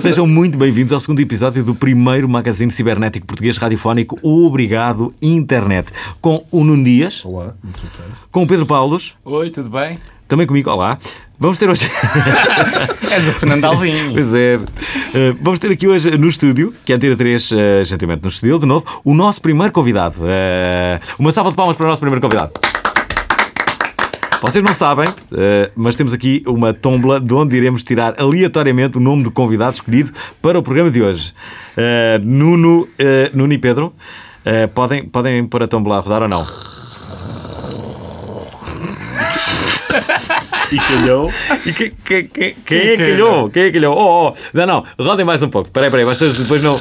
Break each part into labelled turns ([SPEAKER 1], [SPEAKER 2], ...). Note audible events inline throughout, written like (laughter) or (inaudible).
[SPEAKER 1] Sejam muito bem-vindos ao segundo episódio do primeiro magazine cibernético português radiofónico Obrigado Internet, com o Nuno Dias.
[SPEAKER 2] Olá, muito boa tarde.
[SPEAKER 1] Com o Pedro Paulos.
[SPEAKER 3] Oi, tudo bem?
[SPEAKER 1] Também comigo, olá. Vamos ter hoje. É
[SPEAKER 3] És o Fernando Alvim.
[SPEAKER 1] pois é. Uh, vamos ter aqui hoje no estúdio, que é Antena 3, uh, gentilmente no estúdio, de novo, o nosso primeiro convidado. Uh, uma salva de palmas para o nosso primeiro convidado. Vocês não sabem, eh, mas temos aqui uma tombola de onde iremos tirar aleatoriamente o nome do convidado escolhido para o programa de hoje. Eh, Nuno, eh, Nuno e Pedro, eh, podem, podem pôr a tombola a rodar ou não?
[SPEAKER 2] E (laughs) calhou.
[SPEAKER 1] E que, que, que, quem é que calhou? Quem é que calhou? Oh, oh. Não, não, rodem mais um pouco. Peraí, peraí, vocês depois não.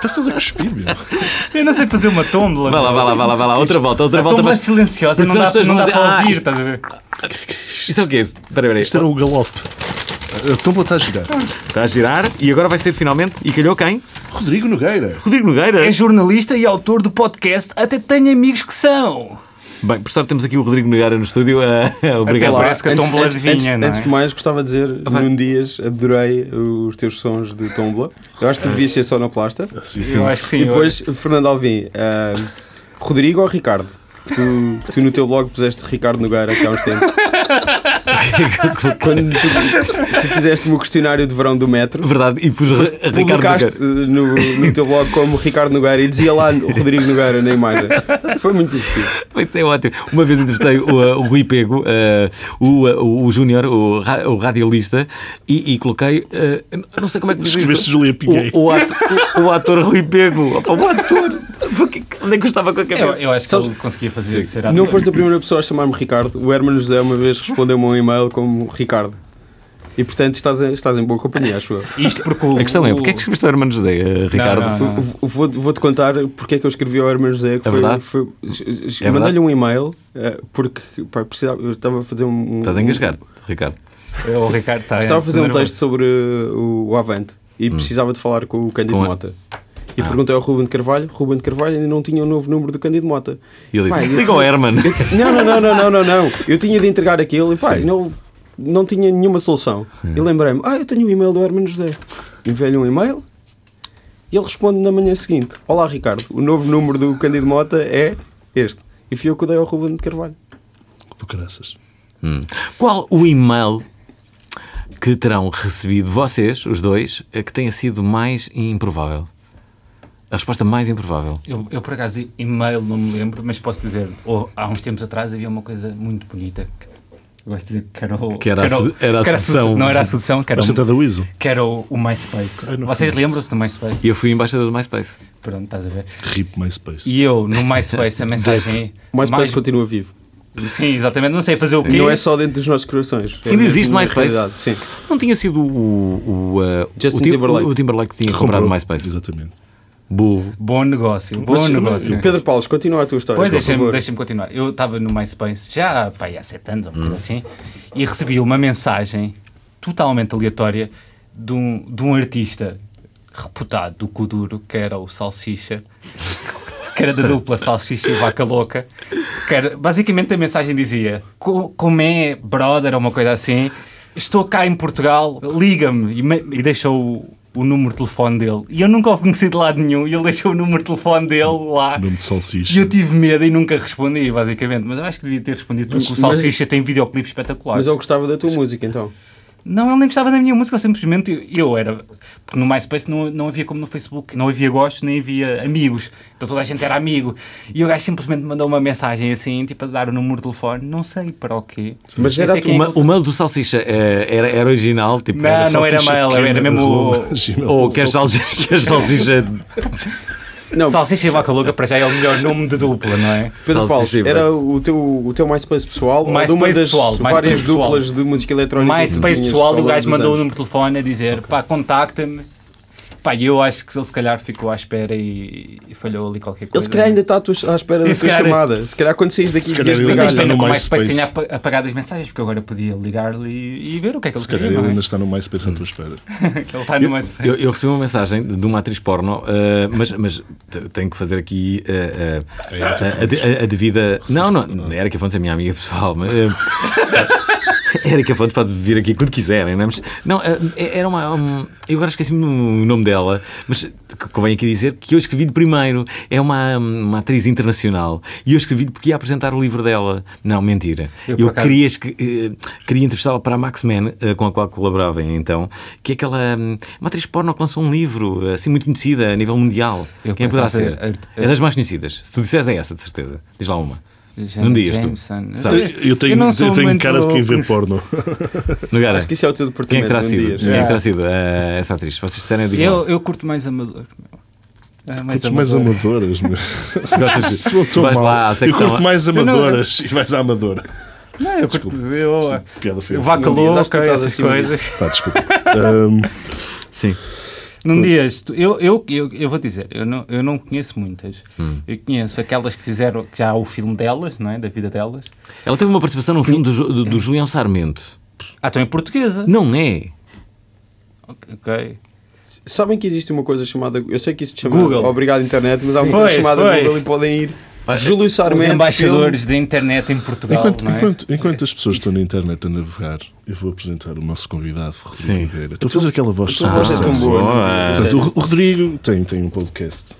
[SPEAKER 2] Passas a cuspir, meu.
[SPEAKER 3] (laughs) Eu não sei fazer uma tómbola.
[SPEAKER 1] Vai lá, vai lá, vai lá, vai lá. Outra volta, outra
[SPEAKER 3] A
[SPEAKER 1] volta.
[SPEAKER 3] tómbola
[SPEAKER 1] mas-
[SPEAKER 3] silenciosa,
[SPEAKER 1] Porque
[SPEAKER 3] não dá,
[SPEAKER 1] senão as pessoas
[SPEAKER 3] não
[SPEAKER 1] vão
[SPEAKER 3] dá
[SPEAKER 1] dizer, "Ah,
[SPEAKER 3] para ouvir,
[SPEAKER 1] isto-
[SPEAKER 3] estás a ver?
[SPEAKER 1] Isto é o que é isso? Peraí, peraí.
[SPEAKER 2] Isto era o galope. A tomba está a girar.
[SPEAKER 1] Está a girar e agora vai ser finalmente. E calhou quem?
[SPEAKER 2] Rodrigo Nogueira.
[SPEAKER 1] Rodrigo Nogueira.
[SPEAKER 3] É jornalista e autor do podcast, até tenho amigos que são.
[SPEAKER 1] Bem, por sorte temos aqui o Rodrigo Nogueira no estúdio. Ah, obrigado.
[SPEAKER 3] Até lá. Parece que a
[SPEAKER 4] Antes-
[SPEAKER 3] Tómbola
[SPEAKER 4] antes,
[SPEAKER 3] adivinha,
[SPEAKER 4] antes,
[SPEAKER 3] não é?
[SPEAKER 4] antes de mais, gostava de dizer,
[SPEAKER 1] Ah,
[SPEAKER 4] num dias adorei os teus sons de Tómbola. Eu acho que tu devias ser sonoplasta.
[SPEAKER 2] Sim,
[SPEAKER 3] Eu acho que sim.
[SPEAKER 4] e depois, Fernando Alvim, ah, Rodrigo ou Ricardo? Que tu, que tu no teu blog puseste Ricardo Nogueira aqui há
[SPEAKER 1] (laughs)
[SPEAKER 4] uns tempos. Quando tu, tu fizeste o questionário de verão do metro,
[SPEAKER 1] Verdade, e pus Ri- Ricardo Nogueira.
[SPEAKER 4] publicaste eh, no, no teu blog como Ricardo Nogueira e dizia lá Rodrigo Nogueira na imagem. Foi muito divertido.
[SPEAKER 1] Pois é, ótimo. Uma vez entrevistei o, uh, o Rui Pego, uh, o, uh, o Júnior, o, ra- o radialista, e, e coloquei. uh, não sei como é que diz isto.
[SPEAKER 2] Escreveste Julia Pinguei.
[SPEAKER 1] O, o, ato- o- o ator Rui Pego. Opa, o ator. Porque- Onde é que eu estava com a
[SPEAKER 3] Eu,
[SPEAKER 1] cabeça?
[SPEAKER 3] eu acho que
[SPEAKER 4] Sabes-
[SPEAKER 3] ele conseguia fazer ser ator.
[SPEAKER 4] Não foste a primeira pessoa a chamar-me Ricardo. O Herman José uma vez respondeu-me um e-mail como Ricardo. E portanto estás em, estás em boa companhia, acho eu.
[SPEAKER 3] Isto porque o,
[SPEAKER 1] A questão é:
[SPEAKER 3] o-
[SPEAKER 1] porquê é que escreveste o Hermano José, uh, Ricardo?
[SPEAKER 3] não, não.
[SPEAKER 4] V- Vou- Vou-te contar porque é que eu escrevi ao Herman José. Que
[SPEAKER 1] É
[SPEAKER 4] foi-
[SPEAKER 1] verdade?
[SPEAKER 4] foi- es- es-
[SPEAKER 1] É verdade?
[SPEAKER 4] Mandei-lhe um e-mail eh, porque pá, precisava, eu estava a fazer um.
[SPEAKER 1] Estás a engasgar-te, Ricardo.
[SPEAKER 5] É,
[SPEAKER 3] O Ricardo
[SPEAKER 5] tá,
[SPEAKER 3] está.
[SPEAKER 4] Estava a fazer um
[SPEAKER 3] está
[SPEAKER 4] texto sobre eh, o, o Avante e precisava de falar com o Cândido
[SPEAKER 1] Hum. Com a- Ah.
[SPEAKER 4] Mota. E perguntei ao Ruben de Carvalho. Ruben de Carvalho ainda não tinha o novo número do Cândido Mota.
[SPEAKER 1] E ele
[SPEAKER 4] Pá,
[SPEAKER 1] disse:
[SPEAKER 4] eu
[SPEAKER 1] liga ao
[SPEAKER 4] tinha-
[SPEAKER 1] Herman.
[SPEAKER 4] Eu ti- Não, não, não, não, não, não, não. Eu tinha de entregar aquilo e pá, não, não tinha nenhuma solução. E lembrei-me, ah, eu tenho um e-mail do Herman José. Enviei-lhe um e-mail e ele responde na manhã seguinte: Olá Ricardo, o novo número do Candido Mota é este. E fui eu que dei ao Ruben de Carvalho.
[SPEAKER 2] Do caraças.
[SPEAKER 1] Hum. Qual o e-mail que terão recebido vocês, os dois, eh, que tenha sido mais improvável? A resposta mais improvável.
[SPEAKER 3] Eu, eu, por acaso, e-mail não me lembro, mas posso dizer, ou- há uns tempos atrás havia uma coisa muito bonita que eu gosto de dizer que era, o,
[SPEAKER 1] Que era a
[SPEAKER 3] o-
[SPEAKER 1] sed- era a
[SPEAKER 3] que era
[SPEAKER 1] sedução.
[SPEAKER 3] sed- Não era a sedução, que era, um
[SPEAKER 2] Vais
[SPEAKER 3] o-
[SPEAKER 2] cantar da Weasel?
[SPEAKER 3] que era o, o MySpace.
[SPEAKER 2] não
[SPEAKER 3] Vocês lembram-se do MySpace?
[SPEAKER 1] E eu fui embaixador do MySpace.
[SPEAKER 3] Pronto, estás a ver.
[SPEAKER 2] Rip MySpace.
[SPEAKER 3] E eu,
[SPEAKER 1] (laughs)
[SPEAKER 3] no MySpace, a mensagem.
[SPEAKER 4] Mas parece
[SPEAKER 3] mais-
[SPEAKER 4] que continua vivo.
[SPEAKER 3] Sim, exatamente, não sei fazer o quê.
[SPEAKER 4] Não é só dentro dos nossos corações. É
[SPEAKER 1] Ainda existe
[SPEAKER 4] mesmo na
[SPEAKER 1] MySpace?
[SPEAKER 4] realidade, Sim.
[SPEAKER 1] Não tinha sido o. o, uh,
[SPEAKER 4] Justin
[SPEAKER 1] o Tim-
[SPEAKER 4] Timberlake.
[SPEAKER 1] O, o Timberlake que tinha comprado o MySpace.
[SPEAKER 2] Exatamente.
[SPEAKER 1] Burro.
[SPEAKER 3] Bom negócio, bom
[SPEAKER 2] Mas-
[SPEAKER 3] negócio.
[SPEAKER 4] Pedro Paulo, continua a tua história.
[SPEAKER 3] Pois,
[SPEAKER 4] por
[SPEAKER 3] deixa-me
[SPEAKER 4] favor.
[SPEAKER 3] deixa continuar. Eu estava no MySpace já pá, aí há sete anos, ou uma coisa assim, e recebi uma mensagem totalmente aleatória de um, de um artista reputado do Kuduro, que era o Salsicha, (laughs) que era da dupla Salsicha e Vaca Louca. Que era, basicamente a mensagem dizia: "Co- Como é, brother, ou uma coisa assim, estou cá em Portugal, liga-me. E, me- e deixou o, o número de telefone dele. E eu nunca o conheci de lado nenhum, e ele deixou o número de telefone dele lá.
[SPEAKER 2] Nome de
[SPEAKER 3] Ah. E tipo
[SPEAKER 2] salsicha.
[SPEAKER 3] eu tive medo e nunca respondi, basicamente. Mas eu acho que devia ter respondido porque
[SPEAKER 4] Mas-
[SPEAKER 3] o Salsicha tem videoclipe espetacular. (laughs)
[SPEAKER 4] Mas eu gostava da tua música então.
[SPEAKER 3] Não, ele nem gostava da minha música, ele simplesmente eu, eu era. Porque no MySpace não, não havia como no Facebook, não havia gostos, nem havia amigos. Então toda a gente era amigo. E o gajo simplesmente mandou uma mensagem assim, tipo, a dar o número de telefone, não sei para o quê.
[SPEAKER 4] Mas
[SPEAKER 3] Nem
[SPEAKER 4] era
[SPEAKER 3] sei
[SPEAKER 4] tu-
[SPEAKER 1] O,
[SPEAKER 3] quem é
[SPEAKER 1] ma-
[SPEAKER 3] que-
[SPEAKER 1] o mail do Salsicha eh, era, era original? Tipo,
[SPEAKER 3] Não, não era
[SPEAKER 1] salsicha
[SPEAKER 3] mail, era
[SPEAKER 1] quente
[SPEAKER 3] mesmo
[SPEAKER 1] de
[SPEAKER 3] o-
[SPEAKER 2] (laughs)
[SPEAKER 1] Roma? Ou quer salsicha, quer salsicha.
[SPEAKER 3] (laughs)
[SPEAKER 4] Não,
[SPEAKER 3] Salsicha e Vaca Louca para já é o melhor nome de dupla, não é?
[SPEAKER 4] Pedro Paulo,
[SPEAKER 1] Salsicha e
[SPEAKER 4] era o teu, o teu MySpace pessoal ou de
[SPEAKER 3] MySpace
[SPEAKER 4] uma das
[SPEAKER 3] pessoal,
[SPEAKER 4] várias
[SPEAKER 3] MySpace pessoal.
[SPEAKER 4] duplas de música eletrónica? que tu
[SPEAKER 3] mais space
[SPEAKER 4] tinhas
[SPEAKER 3] pessoal
[SPEAKER 4] ao
[SPEAKER 3] o
[SPEAKER 4] longo
[SPEAKER 3] gajo
[SPEAKER 4] dos
[SPEAKER 3] mandou o
[SPEAKER 4] anos?
[SPEAKER 3] número de telefone a dizer pá, contacta-me. Pá, e eu acho que ele se calhar ficou à espera e, e falhou ali qualquer coisa. é?
[SPEAKER 4] Ele se calhar ainda está à, tua- à espera da
[SPEAKER 3] Sim, se
[SPEAKER 4] tua
[SPEAKER 3] calhar-
[SPEAKER 4] chamada. Se calhar quando saís daqui
[SPEAKER 2] Se
[SPEAKER 4] e
[SPEAKER 2] calhar
[SPEAKER 4] vias
[SPEAKER 2] ele
[SPEAKER 3] Ainda
[SPEAKER 4] ligar
[SPEAKER 2] está
[SPEAKER 3] está
[SPEAKER 2] no
[SPEAKER 3] no MySpace
[SPEAKER 2] MySpace.
[SPEAKER 3] tinha apa- apagado as mensagens, porque eu agora podia ligar-lhe e, e ver o que é que ele
[SPEAKER 2] Se calhar
[SPEAKER 3] queria,
[SPEAKER 2] ele
[SPEAKER 3] não é?
[SPEAKER 2] ainda está no MySpace à tua espera.
[SPEAKER 3] Ele está no MySpace.
[SPEAKER 1] Eu, eu recebi uma mensagem de uma atriz porno, eh, mas, mas te- tenho que fazer aqui eh, eh, a- a de- a, a devida. Não, não, Erika Fontes é minha amiga pessoal. Mas, eh, Erika Fontes pode vir aqui quando quiserem, não é? Mas, não, eh, era uma. um, eu agora esqueci-me o nome dela, mas c- convém aqui dizer que eu escrevi de primeiro. É uma, uma atriz internacional e eu escrevi porque ia apresentar o livro dela. Não, mentira.
[SPEAKER 3] Eu,
[SPEAKER 1] Eu,
[SPEAKER 3] por
[SPEAKER 1] queria
[SPEAKER 3] acaso,
[SPEAKER 1] queria, esque- eh, queria entrevistá-la para a Max Man, eh, com a qual colaborava então, que é aquela hum, uma atriz porno que lançou um livro, assim, muito conhecida a nível mundial.
[SPEAKER 3] Eu,
[SPEAKER 1] Quem
[SPEAKER 3] por
[SPEAKER 1] poderá
[SPEAKER 3] acaso,
[SPEAKER 1] ser?
[SPEAKER 3] a- a-
[SPEAKER 1] É das mais conhecidas. Se tu disseres é essa, de certeza. Diz lá uma.
[SPEAKER 3] Janet
[SPEAKER 1] Não digas tu.
[SPEAKER 3] Jameson.
[SPEAKER 1] Sabes?
[SPEAKER 2] Eu tenho,
[SPEAKER 3] não
[SPEAKER 2] eu
[SPEAKER 3] sou
[SPEAKER 2] tenho
[SPEAKER 3] muito
[SPEAKER 2] cara de quem vê
[SPEAKER 3] conhecido.
[SPEAKER 2] porno.
[SPEAKER 1] Nogueira,
[SPEAKER 4] Acho que isso é o teu
[SPEAKER 1] quem é que
[SPEAKER 4] departamento.
[SPEAKER 1] terá
[SPEAKER 4] um
[SPEAKER 1] sido?
[SPEAKER 4] dia.
[SPEAKER 1] Quem é que terá sido eh, essa atriz? Se vocês disserem, eu digo. lá.
[SPEAKER 3] Eu, eu curto mais amador. meu. É, mais
[SPEAKER 2] Curtes mais
[SPEAKER 3] amador.
[SPEAKER 2] amadoras,
[SPEAKER 3] (laughs)
[SPEAKER 2] meu.
[SPEAKER 1] Gostas de-
[SPEAKER 2] Sou tão
[SPEAKER 1] vais
[SPEAKER 2] mau.
[SPEAKER 1] lá à
[SPEAKER 2] Eu
[SPEAKER 1] secção-
[SPEAKER 2] curto mais
[SPEAKER 3] Eu não-
[SPEAKER 2] amadoras e vais à amadora.
[SPEAKER 3] Não, eu curto. Eu, ah,
[SPEAKER 2] Piada feia.
[SPEAKER 3] eu vaca
[SPEAKER 4] Não digas, acho que
[SPEAKER 3] louca,
[SPEAKER 4] tu estás
[SPEAKER 3] essas
[SPEAKER 4] acima disso.
[SPEAKER 3] coisas.
[SPEAKER 2] Pá, (laughs) desculpa. Ahm,
[SPEAKER 1] Sim.
[SPEAKER 3] Num dias, tu- eu, eu, eu, eu vou dizer, eu não, eu não conheço muitas.
[SPEAKER 4] Hum.
[SPEAKER 3] Eu conheço aquelas que fizeram que já há o filme delas, não é? Da vida delas.
[SPEAKER 1] Ela teve uma participação num filme do, Ju- do, do Julião Sarmento.
[SPEAKER 3] Ah, então é portuguesa.
[SPEAKER 1] Não é?
[SPEAKER 3] Ok.
[SPEAKER 4] Sabem que existe uma coisa chamada. Eu sei que isso se chama
[SPEAKER 3] Google.
[SPEAKER 4] Obrigado Internet, mas há uma
[SPEAKER 3] Sim.
[SPEAKER 4] coisa
[SPEAKER 3] Pois,
[SPEAKER 4] chamada
[SPEAKER 3] pois.
[SPEAKER 4] Google e podem ir. Júlio
[SPEAKER 3] Os
[SPEAKER 4] Sarmento.
[SPEAKER 3] embaixadores da internet em
[SPEAKER 4] Então,
[SPEAKER 3] Portugal,
[SPEAKER 2] enquanto,
[SPEAKER 3] não é?
[SPEAKER 2] enquanto, enquanto as pessoas estão na internet a navegar, eu vou apresentar o nosso convidado,
[SPEAKER 1] Sim.
[SPEAKER 2] Rodrigo Nogueira. Estou a fazer aquela voz
[SPEAKER 4] tua voz é tão
[SPEAKER 2] sexy.
[SPEAKER 4] boa.
[SPEAKER 3] Ah,
[SPEAKER 1] boa.
[SPEAKER 2] Portanto, o o Rodrigo tem, tem um podcast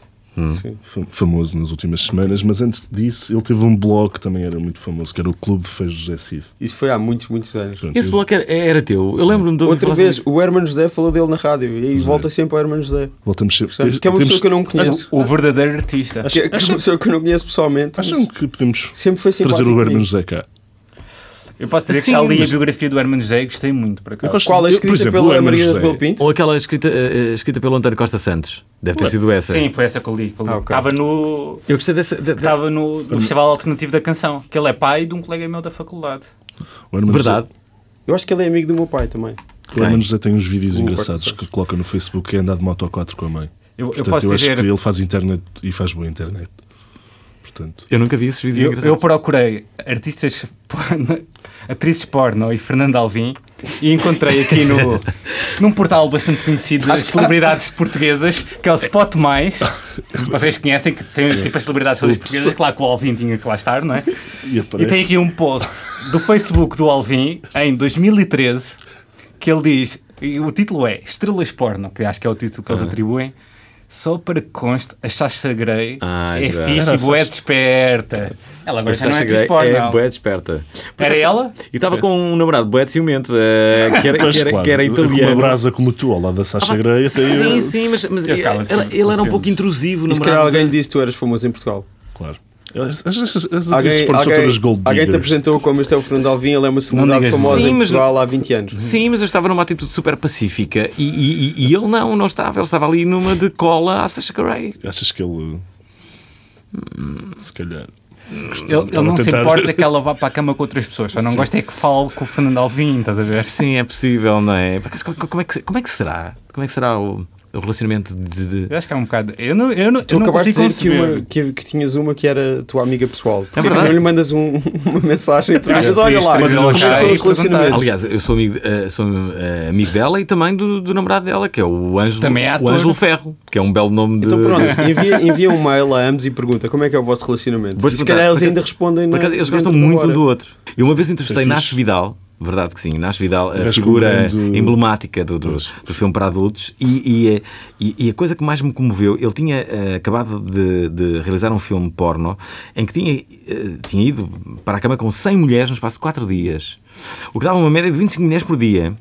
[SPEAKER 2] fam- famoso nas últimas semanas, mas antes disso ele teve um blog que também era muito famoso, que era o Clube de Feios José Cid.
[SPEAKER 4] Isso foi há muitos, muitos anos.
[SPEAKER 2] Pronto,
[SPEAKER 1] Esse
[SPEAKER 2] eu-
[SPEAKER 1] bloco era, era teu. Eu lembro-me de ouvir
[SPEAKER 4] Outra
[SPEAKER 1] falar
[SPEAKER 4] vez,
[SPEAKER 1] sobre
[SPEAKER 4] o Herman José falou dele na rádio e aí volta sempre ao Herman José.
[SPEAKER 2] Voltamos sempre.
[SPEAKER 4] Percebes? Que é uma
[SPEAKER 2] temos-
[SPEAKER 4] pessoa que eu não conheço.
[SPEAKER 3] O verdadeiro artista.
[SPEAKER 4] Que é que é uma pessoa que eu não conheço pessoalmente. mas
[SPEAKER 2] Acham que podemos
[SPEAKER 4] Sempre foi simpático.
[SPEAKER 2] trazer o Herman
[SPEAKER 4] comigo.
[SPEAKER 2] José cá?
[SPEAKER 3] Eu posso dizer
[SPEAKER 1] Sim,
[SPEAKER 3] que já li
[SPEAKER 1] mas-
[SPEAKER 3] a biografia do Herman José e gostei muito, por acaso.
[SPEAKER 2] Eu gosto-
[SPEAKER 4] Qual a
[SPEAKER 2] Eu, por
[SPEAKER 4] escrita
[SPEAKER 2] exemplo, o
[SPEAKER 4] pela
[SPEAKER 2] Herman
[SPEAKER 4] Maria
[SPEAKER 2] José.
[SPEAKER 4] Rebelo Pinto?
[SPEAKER 1] Ou aquela escrita, eh, eh, escrita pelo António Costa Santos. Deve ter sido essa.
[SPEAKER 3] Sim, foi essa que eu li. que eu li.
[SPEAKER 4] Ah, ok.
[SPEAKER 3] Estava no.
[SPEAKER 1] Eu gostei dessa. de- de-
[SPEAKER 3] Estava no, no Festival Alternativo da Canção, que ele é pai de um colega meu da faculdade.
[SPEAKER 2] O Herman
[SPEAKER 1] Verdade.
[SPEAKER 4] Eu acho que ele é amigo do meu pai também.
[SPEAKER 2] José, o Herman José tem uns vídeos
[SPEAKER 4] O
[SPEAKER 2] engraçados
[SPEAKER 4] Quarto
[SPEAKER 2] que coloca no Facebook que é andar de moto a 4 com a mãe.
[SPEAKER 3] Eu- eu
[SPEAKER 2] Portanto,
[SPEAKER 3] posso
[SPEAKER 2] eu acho
[SPEAKER 3] dizer-
[SPEAKER 2] que ele faz internet e faz boa internet. Portanto,
[SPEAKER 1] Eu nunca vi esses
[SPEAKER 2] é
[SPEAKER 1] vídeos
[SPEAKER 3] Eu, eu
[SPEAKER 1] engraçados.
[SPEAKER 3] procurei artistas porno, atrizes porno e Fernando Alvim e encontrei aqui
[SPEAKER 2] (laughs)
[SPEAKER 3] no, num portal bastante conhecido das celebridades portuguesas, que é o Spot
[SPEAKER 2] (laughs)
[SPEAKER 3] Mais. Vocês conhecem que tem tipo as celebridades todas portuguesas, claro que o Alvim tinha que lá estar, não é?
[SPEAKER 2] E
[SPEAKER 3] E
[SPEAKER 2] aparece.
[SPEAKER 3] tem aqui um post do Facebook do Alvim em 2013 que ele diz: e o título é Estrelas Porno, que acho que é o
[SPEAKER 2] Ah.
[SPEAKER 3] título que eles atribuem. Só para que conste, a Sasha Grey
[SPEAKER 1] Ah,
[SPEAKER 3] é
[SPEAKER 1] já.
[SPEAKER 3] fixe
[SPEAKER 2] Era a
[SPEAKER 3] e boé
[SPEAKER 2] Sasha.
[SPEAKER 3] desperta. Ela agora
[SPEAKER 1] A
[SPEAKER 3] já não é
[SPEAKER 1] Sasha
[SPEAKER 3] atriz
[SPEAKER 1] Grey
[SPEAKER 3] porno.
[SPEAKER 1] é bué desperta. Por
[SPEAKER 3] Era
[SPEAKER 1] acaso-
[SPEAKER 3] ela?
[SPEAKER 1] E estava com um namorado bué de ciumento, eh, que, era,
[SPEAKER 2] Pois,
[SPEAKER 1] que, era,
[SPEAKER 2] claro,
[SPEAKER 1] que era
[SPEAKER 3] um
[SPEAKER 2] Com uma
[SPEAKER 1] italiano.
[SPEAKER 2] brasa como tu ao lado da Sasha Grey, até
[SPEAKER 1] Sim,
[SPEAKER 2] eu.
[SPEAKER 1] sim, mas, mas
[SPEAKER 3] Eu ficava
[SPEAKER 1] ele,
[SPEAKER 3] assim,
[SPEAKER 1] ele era um
[SPEAKER 3] consciente.
[SPEAKER 1] pouco intrusivo.
[SPEAKER 4] E se calhar alguém lhe disse que tu eras famoso em Portugal.
[SPEAKER 2] Claro. As, as, as, as
[SPEAKER 4] Alguém,
[SPEAKER 2] atrizes porno são
[SPEAKER 4] alguém-
[SPEAKER 2] todas gold
[SPEAKER 4] alguém te
[SPEAKER 2] diggers.
[SPEAKER 4] apresentou como este é o Fernando Alvim, ele é uma celebridade
[SPEAKER 3] digas
[SPEAKER 4] famosa
[SPEAKER 1] isso.
[SPEAKER 4] em
[SPEAKER 1] Sim, mas-
[SPEAKER 4] Portugal há 20 anos.
[SPEAKER 1] Sim, mas eu estava numa atitude super pacífica e, e- e- e ele não, não estava. Ele estava ali numa de cola à Sasha Grey.
[SPEAKER 2] Achas que ele. Se calhar.
[SPEAKER 3] Ele, ele não
[SPEAKER 2] a
[SPEAKER 3] se
[SPEAKER 2] tentar-
[SPEAKER 3] importa
[SPEAKER 5] é
[SPEAKER 3] que ela vá para a cama com outras pessoas. Só não gosta é que fale com o Fernando Alvim, estás a ver?
[SPEAKER 1] Sim, é possível, não é? Por acaso, co- co- como, é que, como é que será? Como é que será o, o relacionamento de. de-
[SPEAKER 3] Eu acho que é um bocado. Eu não, eu não,
[SPEAKER 4] Tu
[SPEAKER 3] eu não
[SPEAKER 4] acabaste
[SPEAKER 3] consigo
[SPEAKER 4] de dizer que,
[SPEAKER 3] conceber.
[SPEAKER 4] uma- que- que tinhas uma que era tua amiga pessoal. Porque
[SPEAKER 1] verdade.
[SPEAKER 4] não lhe mandas um- (laughs) uma mensagem porque dizes,
[SPEAKER 3] que
[SPEAKER 4] olha
[SPEAKER 3] isto
[SPEAKER 4] lá,
[SPEAKER 3] é uma
[SPEAKER 4] como
[SPEAKER 3] delícia.
[SPEAKER 4] são
[SPEAKER 3] Isto
[SPEAKER 4] os
[SPEAKER 3] é
[SPEAKER 4] relacionamentos.
[SPEAKER 1] Aliás, eu sou amigo, eh, sou, eh, amigo dela e também do, do namorado dela, que é o Ângelo,
[SPEAKER 3] Também é
[SPEAKER 1] o
[SPEAKER 3] ator.
[SPEAKER 1] Ângelo Ferro, que é um belo nome de. (laughs)
[SPEAKER 4] Então pronto, envia, envia um mail a ambos e pergunta como é que é o vosso relacionamento.
[SPEAKER 1] Vou
[SPEAKER 4] E se
[SPEAKER 1] perguntar,
[SPEAKER 4] calhar eles
[SPEAKER 1] por acaso-
[SPEAKER 4] ainda respondem
[SPEAKER 1] Por
[SPEAKER 4] na,
[SPEAKER 1] acaso, eles
[SPEAKER 4] dentro
[SPEAKER 1] gostam
[SPEAKER 4] da
[SPEAKER 1] muito um
[SPEAKER 4] hora.
[SPEAKER 1] do outro. Eu uma vez entrevistei
[SPEAKER 2] Isso é
[SPEAKER 1] Nacho
[SPEAKER 2] fixe.
[SPEAKER 1] Vidal, Verdade que sim. Inácio Vidal, a
[SPEAKER 2] Mas
[SPEAKER 1] figura
[SPEAKER 2] com grande-
[SPEAKER 1] emblemática do, do,
[SPEAKER 2] Pois.
[SPEAKER 1] do filme para adultos. E, e, e- e a coisa que mais me comoveu, ele tinha eh, acabado de, de realizar um filme porno em que tinha, eh, tinha ido para a cama com 100 mulheres no espaço de 4 dias. O que dava uma média de 25 mulheres por dia.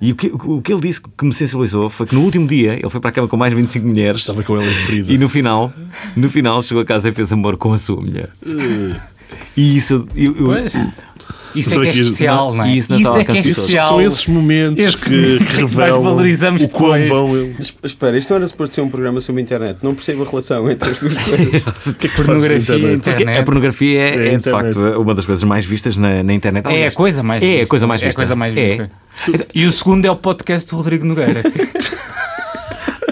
[SPEAKER 1] E o que, o que ele disse que me sensibilizou foi que no último dia ele foi para a cama com mais 25 mulheres.
[SPEAKER 2] Estava com ela em ferida.
[SPEAKER 1] E no final, no final chegou a casa e fez amor com a sua mulher. E isso, eu- eu-
[SPEAKER 5] Pois. Isso é
[SPEAKER 2] Só
[SPEAKER 5] que é
[SPEAKER 2] que isso-
[SPEAKER 5] especial, não,
[SPEAKER 1] não-
[SPEAKER 5] é?
[SPEAKER 1] e isso não está ao
[SPEAKER 5] é que é
[SPEAKER 1] alcance de todos.
[SPEAKER 5] especial.
[SPEAKER 2] São esses momentos
[SPEAKER 5] Esses
[SPEAKER 2] que
[SPEAKER 5] momentos que nós
[SPEAKER 2] revelam
[SPEAKER 5] valorizamos
[SPEAKER 2] o quão
[SPEAKER 5] depois.
[SPEAKER 2] bom ele.
[SPEAKER 4] Mas, espera, isto não era suposto ser um programa sobre a internet. Não percebo a relação entre
[SPEAKER 1] (laughs)
[SPEAKER 4] as duas coisas.
[SPEAKER 2] O que é que fazes na
[SPEAKER 5] Pornografia,
[SPEAKER 2] internet?
[SPEAKER 1] Porque
[SPEAKER 5] internet.
[SPEAKER 1] a pornografia é,
[SPEAKER 2] É
[SPEAKER 1] é, de
[SPEAKER 2] internet.
[SPEAKER 1] facto uma das coisas mais vistas na, na internet.
[SPEAKER 5] É a
[SPEAKER 1] Aliás,
[SPEAKER 5] coisa mais
[SPEAKER 1] é
[SPEAKER 5] vista.
[SPEAKER 1] a coisa mais
[SPEAKER 5] É a
[SPEAKER 1] vista.
[SPEAKER 5] coisa mais
[SPEAKER 1] É.
[SPEAKER 5] vista. E o segundo é o podcast do Rodrigo Nogueira.